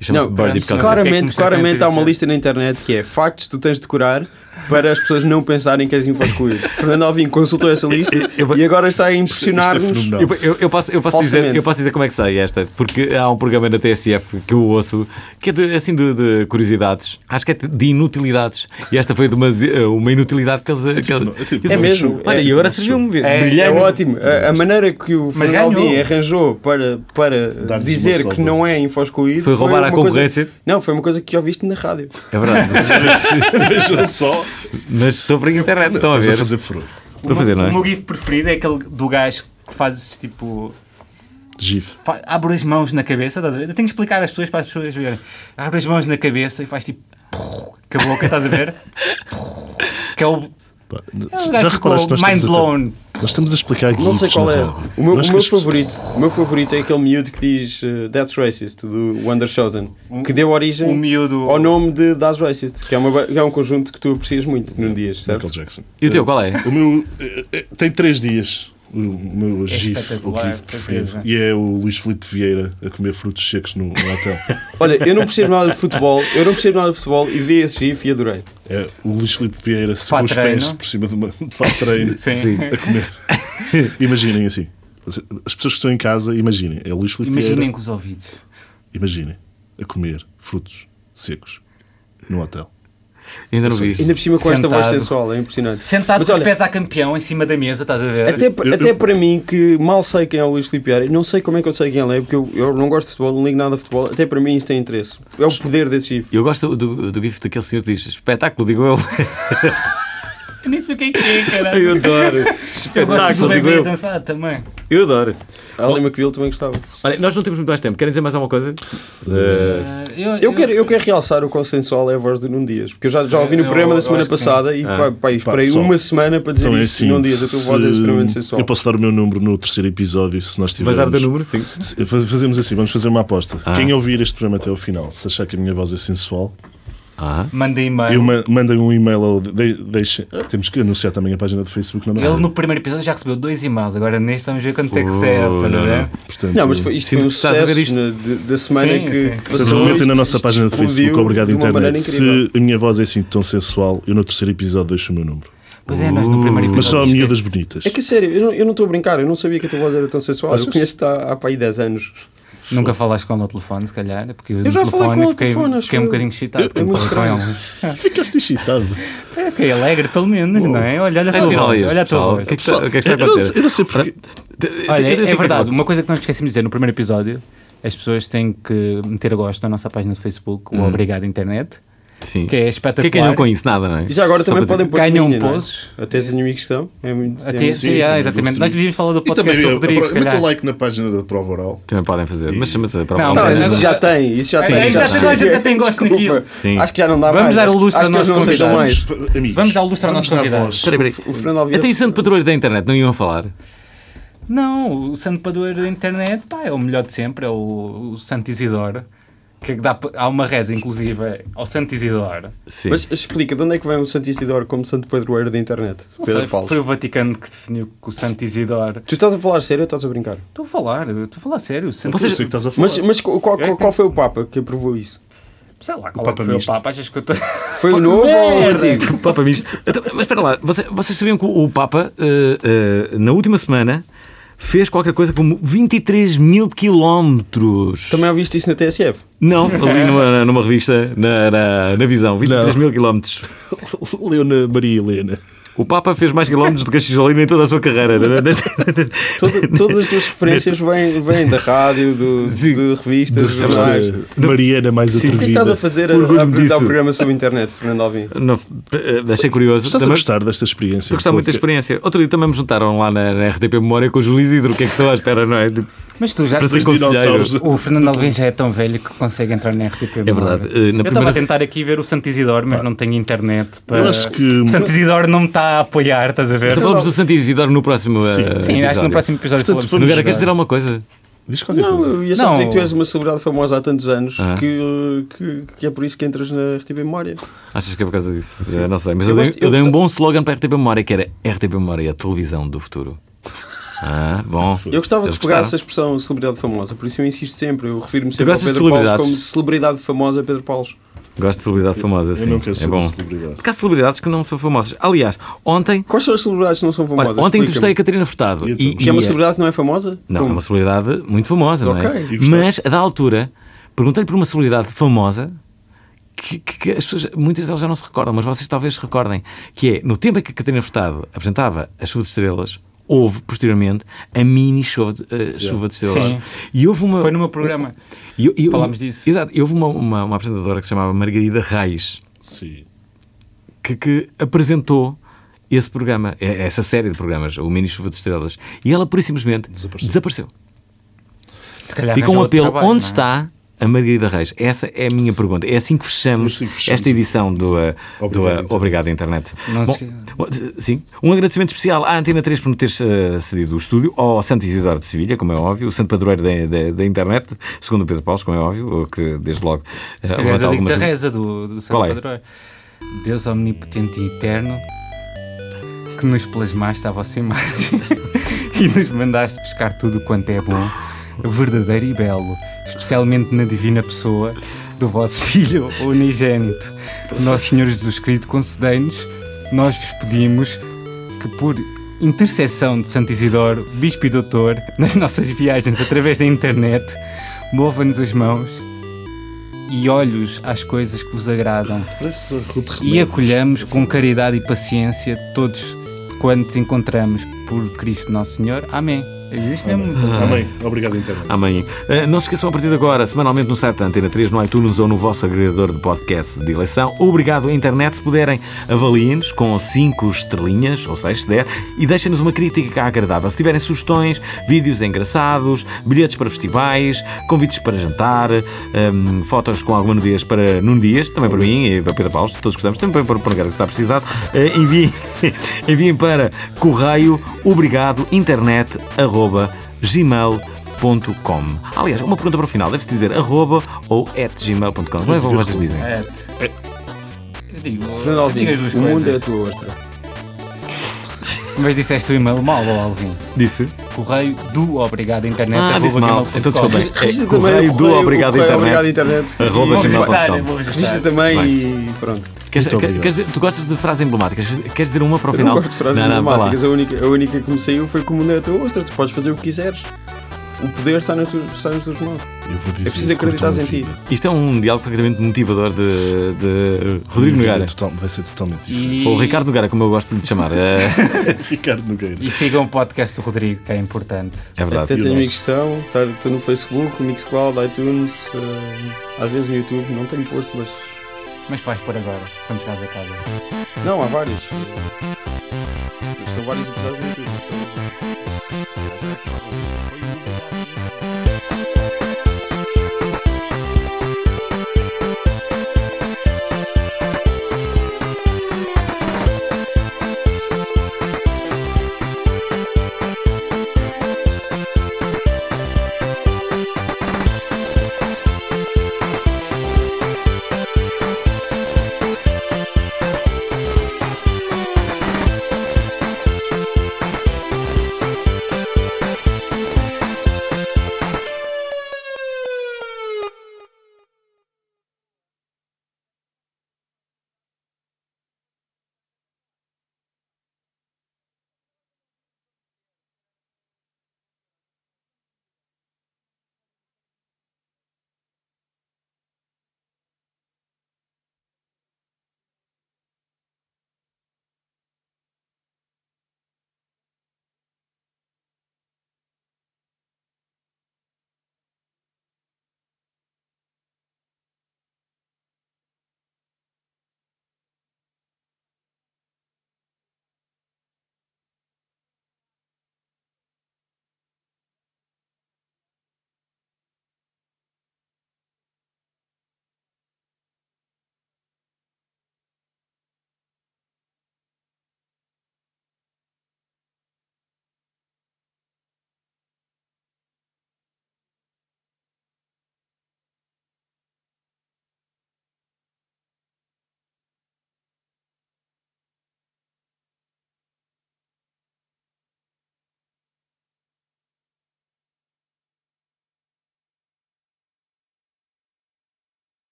[SPEAKER 1] E Chama-se
[SPEAKER 4] Não,
[SPEAKER 1] Birdie por
[SPEAKER 5] isso
[SPEAKER 1] causa disso.
[SPEAKER 5] claro. É que
[SPEAKER 4] Claramente,
[SPEAKER 5] me
[SPEAKER 4] claramente
[SPEAKER 5] chateia
[SPEAKER 4] há uma
[SPEAKER 5] dizer.
[SPEAKER 4] lista na internet que é factos que tu tens de decorar para as pessoas não pensarem que és infoscolhido. Fernando Alvim consultou essa lista
[SPEAKER 1] eu-
[SPEAKER 4] e agora está a
[SPEAKER 2] Isto é
[SPEAKER 4] impressionar-nos.
[SPEAKER 2] fenomenal.
[SPEAKER 1] Eu, eu- eu posso, eu, posso dizer,
[SPEAKER 4] Falsamente.
[SPEAKER 1] eu posso dizer como é que sei esta, porque há um programa na TSF que eu ouço que é de, assim de, de curiosidades, acho que é de inutilidades. E esta foi de uma, zi- uma inutilidade que eles. que
[SPEAKER 2] tipo,
[SPEAKER 1] eles-
[SPEAKER 2] não, é tipo
[SPEAKER 1] eles-
[SPEAKER 4] É mesmo,
[SPEAKER 1] Olha,
[SPEAKER 4] é
[SPEAKER 1] e
[SPEAKER 4] tipo
[SPEAKER 1] agora
[SPEAKER 2] um
[SPEAKER 1] surgiu-me ver.
[SPEAKER 5] É,
[SPEAKER 4] É
[SPEAKER 1] brilhante.
[SPEAKER 4] ótimo. A, a maneira que o
[SPEAKER 5] Mas
[SPEAKER 4] Fernando
[SPEAKER 5] ganhou.
[SPEAKER 4] Alvim arranjou para, para
[SPEAKER 2] Dar-nos
[SPEAKER 4] dizer
[SPEAKER 2] uma
[SPEAKER 4] que
[SPEAKER 2] sobra.
[SPEAKER 4] não é infoscolhido
[SPEAKER 1] Foi roubar à
[SPEAKER 4] uma coisa-
[SPEAKER 1] concorrência?
[SPEAKER 4] Não, foi uma coisa que ouviste na rádio.
[SPEAKER 1] É verdade.
[SPEAKER 2] Vejam só.
[SPEAKER 1] Mas sobre a internet, estão a
[SPEAKER 2] Estás
[SPEAKER 1] ver.
[SPEAKER 2] fazer furor.
[SPEAKER 1] a fazer, não é?
[SPEAKER 5] O meu gif preferido é aquele do gajo que fazes tipo.
[SPEAKER 2] GIF.
[SPEAKER 5] fa- abre as mãos na cabeça, estás a ver? Eu tenho que explicar às pessoas para as pessoas verem. Abre as mãos na cabeça e faz tipo. Com a boca, estás a ver? Que é o.
[SPEAKER 2] Pá,
[SPEAKER 5] um
[SPEAKER 2] Já
[SPEAKER 5] gajo
[SPEAKER 2] reparaste,
[SPEAKER 5] ficou
[SPEAKER 2] nós
[SPEAKER 5] mind
[SPEAKER 2] estamos,
[SPEAKER 5] blown.
[SPEAKER 2] A, nós estamos a explicar aqui.
[SPEAKER 4] Não sei qual é. O meu, o meu favorito, o meu favorito é aquele miúdo que diz eh, That's Racist, do Wondershausen, que deu origem
[SPEAKER 5] o Um- miúdo-
[SPEAKER 4] ao nome de That's Racist, que é, uma, ba- que é um conjunto que tu aprecias muito num dias,
[SPEAKER 2] Michael
[SPEAKER 4] certo?
[SPEAKER 2] Jackson.
[SPEAKER 1] E o teu qual é?
[SPEAKER 2] O meu eh, eh, tem três dias. O meu GIF, o
[SPEAKER 5] É espetacular,
[SPEAKER 2] GIF preferido.
[SPEAKER 5] certeza.
[SPEAKER 2] E é o Luís Filipe Vieira a comer frutos secos no, no hotel.
[SPEAKER 5] (laughs)
[SPEAKER 4] Olha, eu não percebo nada de futebol, eu não percebo nada de futebol e vi esse gif e adorei.
[SPEAKER 2] É o Luís Filipe Vieira secou os
[SPEAKER 5] Fatreino.
[SPEAKER 2] pés por cima de uma de fatreino
[SPEAKER 5] (laughs) Sim.
[SPEAKER 2] a comer.
[SPEAKER 5] (laughs)
[SPEAKER 2] Imaginem assim. As pessoas que estão em casa, imaginem. É o Luís Filipe
[SPEAKER 5] Imaginem
[SPEAKER 2] Vieira.
[SPEAKER 5] com os ouvidos.
[SPEAKER 2] Imaginem. A comer frutos secos no hotel.
[SPEAKER 1] Ainda não vi isso.
[SPEAKER 4] Ainda por cima com esta voz
[SPEAKER 5] Sentado.
[SPEAKER 4] sensual, é impressionante.
[SPEAKER 5] Sentado
[SPEAKER 4] Mas
[SPEAKER 5] com os
[SPEAKER 4] olha,
[SPEAKER 5] pés à campeão em cima da mesa, estás a ver?
[SPEAKER 4] Até,
[SPEAKER 2] Eu-
[SPEAKER 4] até
[SPEAKER 2] eu-
[SPEAKER 4] para mim, que mal sei quem é o Luís Filipe Vieira, não sei como é que eu sei quem ele é, porque eu, eu não gosto de futebol, não ligo nada de futebol, até para mim isso tem interesse. É o poder desse gif.
[SPEAKER 1] Eu gosto do, do gif daquele senhor que diz espetáculo, digo eu. (laughs)
[SPEAKER 5] Eu nem sei o que é que é,
[SPEAKER 4] (laughs)
[SPEAKER 5] cara.
[SPEAKER 1] Eu adoro.
[SPEAKER 5] Eu gosto do
[SPEAKER 1] Espetáculo, digo
[SPEAKER 5] bebê a
[SPEAKER 1] eu.
[SPEAKER 5] dançar também.
[SPEAKER 1] Eu adoro.
[SPEAKER 4] A Ellen McBeal também gostava.
[SPEAKER 1] Olha, nós não temos muito mais tempo. Querem dizer mais alguma coisa? Eh,
[SPEAKER 5] Ah, Eu,
[SPEAKER 4] Eu quero, eu quero realçar o consensual é a voz do Nuno Dias, porque eu já, já ouvi no
[SPEAKER 5] Eu-
[SPEAKER 4] programa da
[SPEAKER 5] eu
[SPEAKER 4] semana
[SPEAKER 5] acho que sim.
[SPEAKER 4] passada e pá, pá, esperei
[SPEAKER 2] só-
[SPEAKER 4] uma semana para dizer
[SPEAKER 2] Então é
[SPEAKER 4] isto.
[SPEAKER 2] assim.
[SPEAKER 4] Nuno Dias, a tua voz é
[SPEAKER 2] se-
[SPEAKER 4] extremamente sensual.
[SPEAKER 2] Eu posso dar o meu número no terceiro episódio se nós
[SPEAKER 1] Vais
[SPEAKER 2] tivermos.
[SPEAKER 1] dar o teu número? Sim.
[SPEAKER 2] Se- faz- Fazemos assim, vamos fazer uma aposta. Quem ouvir este programa até ao final, se achar que a minha voz é sensual,
[SPEAKER 5] Manda
[SPEAKER 2] eu
[SPEAKER 5] e-mail.
[SPEAKER 2] ma- mandem um e-mail ou de- deixem. Ah, temos que anunciar também a página do Facebook na nossa.
[SPEAKER 5] Ele no primeiro episódio já recebeu dois e-mails, agora neste vamos ver quanto é que recebe, estás a
[SPEAKER 1] não,
[SPEAKER 5] ver?
[SPEAKER 2] Portanto,
[SPEAKER 4] Não, mas foi, isto
[SPEAKER 1] Sinto
[SPEAKER 4] foi um
[SPEAKER 1] que estás a ver
[SPEAKER 4] sucesso
[SPEAKER 1] isto.
[SPEAKER 4] na- de- da semana
[SPEAKER 5] Sim,
[SPEAKER 4] que
[SPEAKER 5] sim, sim.
[SPEAKER 4] passou.
[SPEAKER 2] Portanto,
[SPEAKER 4] Isto-
[SPEAKER 2] Comentem na
[SPEAKER 4] isto
[SPEAKER 2] nossa página de
[SPEAKER 4] explodiu
[SPEAKER 2] Facebook, obrigado
[SPEAKER 4] de uma maneira
[SPEAKER 2] internet.
[SPEAKER 4] incrível.
[SPEAKER 2] Se a minha voz é assim tão sensual, eu no terceiro episódio deixo o meu número.
[SPEAKER 5] Pois é, nós no primeiro episódio.
[SPEAKER 2] Mas só a
[SPEAKER 5] esquece.
[SPEAKER 2] minha das bonitas.
[SPEAKER 4] É que a sério, eu não- eu não estou a brincar, eu não sabia que a tua voz era tão sensual. Eu conheço-te tá há, há pá aí 10 anos.
[SPEAKER 5] Nunca falaste com ele ao telefone, se calhar, porque eu,
[SPEAKER 4] Eu já
[SPEAKER 5] no
[SPEAKER 4] falei
[SPEAKER 5] telefone
[SPEAKER 4] com ele ao
[SPEAKER 5] fiquei,
[SPEAKER 4] telefone, acho
[SPEAKER 5] fiquei um
[SPEAKER 4] eu.
[SPEAKER 5] bocadinho excitado
[SPEAKER 4] É
[SPEAKER 5] quando
[SPEAKER 4] muito
[SPEAKER 5] falei com
[SPEAKER 4] estranho.
[SPEAKER 5] ele.
[SPEAKER 2] Ficaste excitado.
[SPEAKER 5] É, fiquei alegre, pelo menos, não é? Olha, olha a tua
[SPEAKER 1] Afinal,
[SPEAKER 5] voz,
[SPEAKER 1] este
[SPEAKER 5] olha a tua
[SPEAKER 1] pessoal, O
[SPEAKER 5] voz.
[SPEAKER 1] que é que está- o que é que está a
[SPEAKER 2] Eu não-
[SPEAKER 1] acontecer?
[SPEAKER 2] eu não sei porque-
[SPEAKER 1] Olha,
[SPEAKER 5] Olha,
[SPEAKER 1] eu- eu
[SPEAKER 5] é,
[SPEAKER 1] tenho
[SPEAKER 5] é
[SPEAKER 1] que
[SPEAKER 5] verdade,
[SPEAKER 1] acabar.
[SPEAKER 5] uma coisa que nós esquecemos de dizer no primeiro episódio, as pessoas têm que meter gosto na nossa página do Facebook, o Obrigado Internet,
[SPEAKER 1] Sim.
[SPEAKER 5] que é
[SPEAKER 1] O que é
[SPEAKER 5] espetacular.
[SPEAKER 1] que ganhou com isso? Nada, não é?
[SPEAKER 4] E já agora
[SPEAKER 1] Só
[SPEAKER 4] também
[SPEAKER 1] para
[SPEAKER 4] podem
[SPEAKER 1] dizer-
[SPEAKER 4] pôr
[SPEAKER 5] Ganham
[SPEAKER 4] comida, não é?
[SPEAKER 5] pozos.
[SPEAKER 4] Até tenho amigos que estão. É muito, é
[SPEAKER 5] Até,
[SPEAKER 4] muito
[SPEAKER 5] sim,
[SPEAKER 4] giro.
[SPEAKER 5] ah, exatamente. Nós devíamos falar do
[SPEAKER 2] E
[SPEAKER 5] podcast
[SPEAKER 2] também
[SPEAKER 5] do Rodrigo, se
[SPEAKER 2] mete
[SPEAKER 5] calhar.
[SPEAKER 2] o like na página da Prova Oral.
[SPEAKER 1] Também podem fazer. Mas chama-se para
[SPEAKER 5] Não,
[SPEAKER 1] a
[SPEAKER 4] Tá,
[SPEAKER 5] mas-
[SPEAKER 4] isso já tem, isso já
[SPEAKER 5] É,
[SPEAKER 4] tem.
[SPEAKER 5] é, já tem, já tem, tem gosto
[SPEAKER 4] Desculpa.
[SPEAKER 5] naquilo.
[SPEAKER 1] Sim.
[SPEAKER 4] Acho que já não dá
[SPEAKER 5] Vamos
[SPEAKER 4] mais.
[SPEAKER 5] dar o lustre
[SPEAKER 4] Acho
[SPEAKER 5] ao
[SPEAKER 4] que eu
[SPEAKER 5] nosso
[SPEAKER 4] não aceito
[SPEAKER 5] convidado.
[SPEAKER 4] mais.
[SPEAKER 2] F- Amigos,
[SPEAKER 5] Vamos ao lustre ao nosso
[SPEAKER 2] dar
[SPEAKER 5] convidado.
[SPEAKER 2] voz.
[SPEAKER 1] Peraí, peraí.
[SPEAKER 4] O Fernando Alvia-
[SPEAKER 1] Até Então, isso Santo Patrulho da internet, não iam falar.
[SPEAKER 5] Não, o santo padroeiro da internet pá, é o melhor de sempre, é o, o Santo Isidoro. Que é que dá, pa- há uma reza, inclusive, ao Santo Isidoro.
[SPEAKER 1] Sim. (laughs)
[SPEAKER 4] Mas explica, de onde é que vem o Santo Isidoro como santo padroeiro da internet?
[SPEAKER 5] Não
[SPEAKER 4] Pedro
[SPEAKER 5] sei,
[SPEAKER 4] Paulo.
[SPEAKER 5] foi o Vaticano que definiu que o Santo Isidoro.
[SPEAKER 4] Tu estás a falar sério ou estás a brincar?
[SPEAKER 5] Estou a falar, eu estou a falar sério. o Santo-
[SPEAKER 2] Eu sei o que estás a falar.
[SPEAKER 4] Mas, mas qual, qual- qual- qual foi o Papa que aprovou isso?
[SPEAKER 5] sei lá, qual é
[SPEAKER 2] Papa
[SPEAKER 5] que foi o
[SPEAKER 2] Misto.
[SPEAKER 5] Papa? Achas que eu estou.
[SPEAKER 4] Foi
[SPEAKER 5] (laughs)
[SPEAKER 4] o novo ou o
[SPEAKER 5] Merda!
[SPEAKER 4] antigo?
[SPEAKER 1] O Papa Misto. Então, Mas espera lá, vocês, vocês sabiam que o Papa, eh, eh, na última semana, fez qualquer coisa como 23 mil quilómetros.
[SPEAKER 4] Também ouviste isso na TSF?
[SPEAKER 1] Não, ali numa, numa revista, na, na, na Visão, 23 mil quilómetros.
[SPEAKER 2] (laughs) Leona Maria Helena.
[SPEAKER 1] O Papa fez mais quilómetros do que a Cicholina em toda a sua carreira.
[SPEAKER 4] Toda- todas as tuas referências vêm, vêm da rádio, do,
[SPEAKER 1] Sim.
[SPEAKER 4] de revistas,
[SPEAKER 2] É
[SPEAKER 4] de jornais.
[SPEAKER 2] Esta Mariana mais
[SPEAKER 4] O que é
[SPEAKER 2] atrevida.
[SPEAKER 4] que estás a fazer a,
[SPEAKER 1] Orgulho-me
[SPEAKER 4] a apresentar
[SPEAKER 1] disso.
[SPEAKER 4] o programa sobre a internet, Fernando Alvim?
[SPEAKER 1] Não, eh, achei curioso.
[SPEAKER 2] Estás a
[SPEAKER 1] Também-
[SPEAKER 2] gostar desta experiência?
[SPEAKER 1] Estou a gostar muito da experiência. Outro dia também me juntaram lá na, na RTP Memória com o Júlio Isidro. O que é que estou à espera, não é? Tipo,
[SPEAKER 5] Mas tu já.
[SPEAKER 1] Para ser
[SPEAKER 2] Os dinossauros.
[SPEAKER 1] conselheiro.
[SPEAKER 5] O Fernando Alvim já é tão velho que consegue entrar na RTP.
[SPEAKER 1] É verdade.
[SPEAKER 5] Memória.
[SPEAKER 1] Eh, na
[SPEAKER 5] eu estava
[SPEAKER 1] primeira- Ah.
[SPEAKER 5] a tentar aqui ver o Santo Isidoro, mas não tenho internet. Para...
[SPEAKER 2] Eu acho que-
[SPEAKER 5] O Santo Isidoro não me está a apoiar, estás a ver?
[SPEAKER 1] Já falamos do Santo Isidoro no próximo.
[SPEAKER 2] Sim.
[SPEAKER 1] eh,
[SPEAKER 5] Sim, acho que no
[SPEAKER 1] episódio.
[SPEAKER 5] próximo
[SPEAKER 2] Portanto,
[SPEAKER 5] episódio falamos.
[SPEAKER 2] vamos
[SPEAKER 1] Nogueira,
[SPEAKER 2] jogar.
[SPEAKER 1] queres dizer alguma coisa?
[SPEAKER 2] Diz qualquer
[SPEAKER 4] Não,
[SPEAKER 2] coisa.
[SPEAKER 4] eu ia só
[SPEAKER 5] Não.
[SPEAKER 4] dizer é que tu és uma celebridade famosa há tantos anos
[SPEAKER 1] Ah.
[SPEAKER 4] que, que, que é por isso que entras na RTP Memória.
[SPEAKER 1] Achas que é por causa disso? Eu não sei, mas eu,
[SPEAKER 4] Eu
[SPEAKER 1] dei,
[SPEAKER 4] gosto-
[SPEAKER 1] eu
[SPEAKER 4] eu
[SPEAKER 1] dei um
[SPEAKER 4] gosto-
[SPEAKER 1] bom slogan para a RTP Memória que era RTP Memória, a televisão do futuro. Ah, bom.
[SPEAKER 4] Eu gostava
[SPEAKER 1] Eles
[SPEAKER 4] de pegar essa
[SPEAKER 1] gostaram.
[SPEAKER 4] expressão celebridade famosa, por isso eu insisto sempre. Eu refiro-me sempre ao
[SPEAKER 1] gostas de
[SPEAKER 4] Pedro Paulo
[SPEAKER 1] celebridades?
[SPEAKER 4] como celebridade famosa Pedro Paulo.
[SPEAKER 1] Gosto de celebridade famosa, sim.
[SPEAKER 2] não quero ser
[SPEAKER 1] é bom.
[SPEAKER 2] uma celebridade.
[SPEAKER 1] Porque há celebridades que não são famosas. Aliás, ontem,
[SPEAKER 4] Quais são as celebridades que não são
[SPEAKER 1] olha,
[SPEAKER 4] famosas?
[SPEAKER 1] ontem entrevistei a
[SPEAKER 4] Explica-me.
[SPEAKER 1] Catarina Furtado.
[SPEAKER 2] E então?
[SPEAKER 4] Que é uma celebridade que não é famosa?
[SPEAKER 1] Não,
[SPEAKER 4] Como?
[SPEAKER 1] é uma celebridade muito famosa, não é?
[SPEAKER 4] Ok. E
[SPEAKER 2] gostaste?
[SPEAKER 1] Mas, a da altura, perguntei-lhe por uma celebridade famosa que, que- que as pessoas, muitas delas já não se recordam, mas vocês talvez se recordem, que é, no tempo em que a Catarina Furtado apresentava a Chuva de Estrelas, houve, posteriormente, a mini Chuva de, eh, Chuva de Estrelas.
[SPEAKER 5] Sim.
[SPEAKER 1] E houve uma...
[SPEAKER 5] Foi no meu programa.
[SPEAKER 1] e eu- e eu-
[SPEAKER 5] Falámos disso.
[SPEAKER 1] Exato. E houve uma, uma, uma apresentadora que se chamava Margarida Reis,
[SPEAKER 2] Sim.
[SPEAKER 1] que, que apresentou esse programa, eh, essa série de programas, o Mini Chuva de Estrelas. E ela, por simplesmente,
[SPEAKER 2] Desapareceu.
[SPEAKER 1] desapareceu.
[SPEAKER 5] Se calhar
[SPEAKER 1] Fica
[SPEAKER 5] arranja
[SPEAKER 1] um
[SPEAKER 5] outro
[SPEAKER 1] apelo.
[SPEAKER 5] trabalho,
[SPEAKER 1] Onde
[SPEAKER 5] não é?
[SPEAKER 1] está a Margarida Reis? Essa é a minha pergunta. É assim que fechamos,
[SPEAKER 2] É assim que fechamos.
[SPEAKER 1] esta edição do, uh, do, uh,
[SPEAKER 2] Obrigado,
[SPEAKER 1] Obrigado, Internet.
[SPEAKER 2] Internet.
[SPEAKER 5] então. Não
[SPEAKER 1] Bom,
[SPEAKER 5] se-
[SPEAKER 1] bom, t- sim. Um agradecimento especial à Antena 3 por nos ter uh, cedido o estúdio, ao Santo Isidoro de Sevilha, como é óbvio, o santo padroeiro da, da, da internet, segundo o Pedro Paulo, como é óbvio, o que desde logo uh,
[SPEAKER 5] Se quiseres,
[SPEAKER 1] levanta
[SPEAKER 5] eu digo-te a
[SPEAKER 1] algumas-
[SPEAKER 5] reza do, do Santo
[SPEAKER 1] Qual é?
[SPEAKER 5] Padroeiro. Deus omnipotente e eterno, que nos plasmaste à vossa imagem (laughs) e nos mandaste buscar tudo quanto é bom, verdadeiro e belo, especialmente na divina pessoa do vosso (laughs) Filho unigénito. Nosso Senhor Jesus Cristo, concedei-nos, nós vos pedimos que por intercessão de Santo Isidoro, Bispo e Doutor, nas nossas viagens através da internet, mova-nos as mãos e olhos às coisas que vos agradam
[SPEAKER 2] Parece Ruth
[SPEAKER 5] e
[SPEAKER 2] Remédio.
[SPEAKER 5] acolhamos com caridade e paciência todos quantos encontramos por Cristo Nosso Senhor. Amém. Existe mesmo?
[SPEAKER 2] Amém. Obrigado, então. internet.
[SPEAKER 1] Amanhã. Eh, Não se esqueçam, a partir de agora, semanalmente no site da Antena 3, no iTunes ou no vosso agregador de podcast de eleição. Obrigado, internet. Se puderem, avaliem-nos com 5 estrelinhas, ou 6 se der, e deixem-nos uma crítica é agradável. Se tiverem sugestões, vídeos engraçados, bilhetes para festivais, convites para jantar, hum, fotos com alguma nudez para Nuno Dias, também para mim e para Pedro Paulo, todos gostamos, também para o programa que está precisado, eh, enviem, (laughs) enviem para correio obrigado internet arroba gmail gmail.com. Aliás, uma pergunta para o final. Deve-se dizer arroba ou at gmail.com. Não é como vocês dizem.
[SPEAKER 5] É. Eu digo,
[SPEAKER 4] Fernando
[SPEAKER 5] eu digo as duas
[SPEAKER 4] Alvim, o mundo é a
[SPEAKER 5] coisas.
[SPEAKER 4] tua ostra.
[SPEAKER 5] Mas disseste o e-mail mal, ó Alvin.
[SPEAKER 1] Disse?
[SPEAKER 5] Correio do Obrigado Internet.
[SPEAKER 1] Ah,
[SPEAKER 5] arroba
[SPEAKER 1] disse mal.
[SPEAKER 5] gmail.com.
[SPEAKER 1] Então, desculpem. É
[SPEAKER 4] Registra
[SPEAKER 1] correio do Obrigado
[SPEAKER 4] correio
[SPEAKER 1] Internet.
[SPEAKER 4] Obrigado internet.
[SPEAKER 1] Arroba
[SPEAKER 5] Vou registrar,
[SPEAKER 1] gmail.com.
[SPEAKER 5] vou
[SPEAKER 4] Registra
[SPEAKER 5] registrar.
[SPEAKER 4] também
[SPEAKER 1] Vai.
[SPEAKER 4] e pronto.
[SPEAKER 1] Queres-
[SPEAKER 2] Muito
[SPEAKER 1] quer-
[SPEAKER 2] obrigado.
[SPEAKER 1] queres dizer- Tu gostas de frases emblemáticas? Queres dizer uma para o
[SPEAKER 4] Eu não
[SPEAKER 1] final?
[SPEAKER 4] gosto de frases
[SPEAKER 1] não, vá lá.
[SPEAKER 4] matemáticas. A única, a única que me saiu foi que o mundo é a tua ostra. Tu podes fazer o que quiseres. O poder está nas tuas, está nas tuas mãos.
[SPEAKER 2] Eu vou dizer,
[SPEAKER 4] É preciso acreditar em ti.
[SPEAKER 1] Isto é um diálogo francamente motivador de, de Rodrigo Nogueira.
[SPEAKER 2] vai ser totalmente diferente.
[SPEAKER 5] E,
[SPEAKER 1] Ou Ricardo Nogueira, como eu gosto de lhe chamar. É,
[SPEAKER 2] (laughs) Ricardo Nogueira.
[SPEAKER 5] e sigam o podcast do Rodrigo, que é importante.
[SPEAKER 1] é
[SPEAKER 4] Até
[SPEAKER 1] verdade.
[SPEAKER 2] E o
[SPEAKER 4] tenho
[SPEAKER 2] nosso?
[SPEAKER 4] amigos que são. tá- Estou no Facebook, no Mixcloud, iTunes, eh, às vezes no YouTube. Não tenho posto, mas.
[SPEAKER 5] Mas vais por agora, quando chegares a casa.
[SPEAKER 4] Não, há vários. Estão vários episódios no YouTube. mas estão-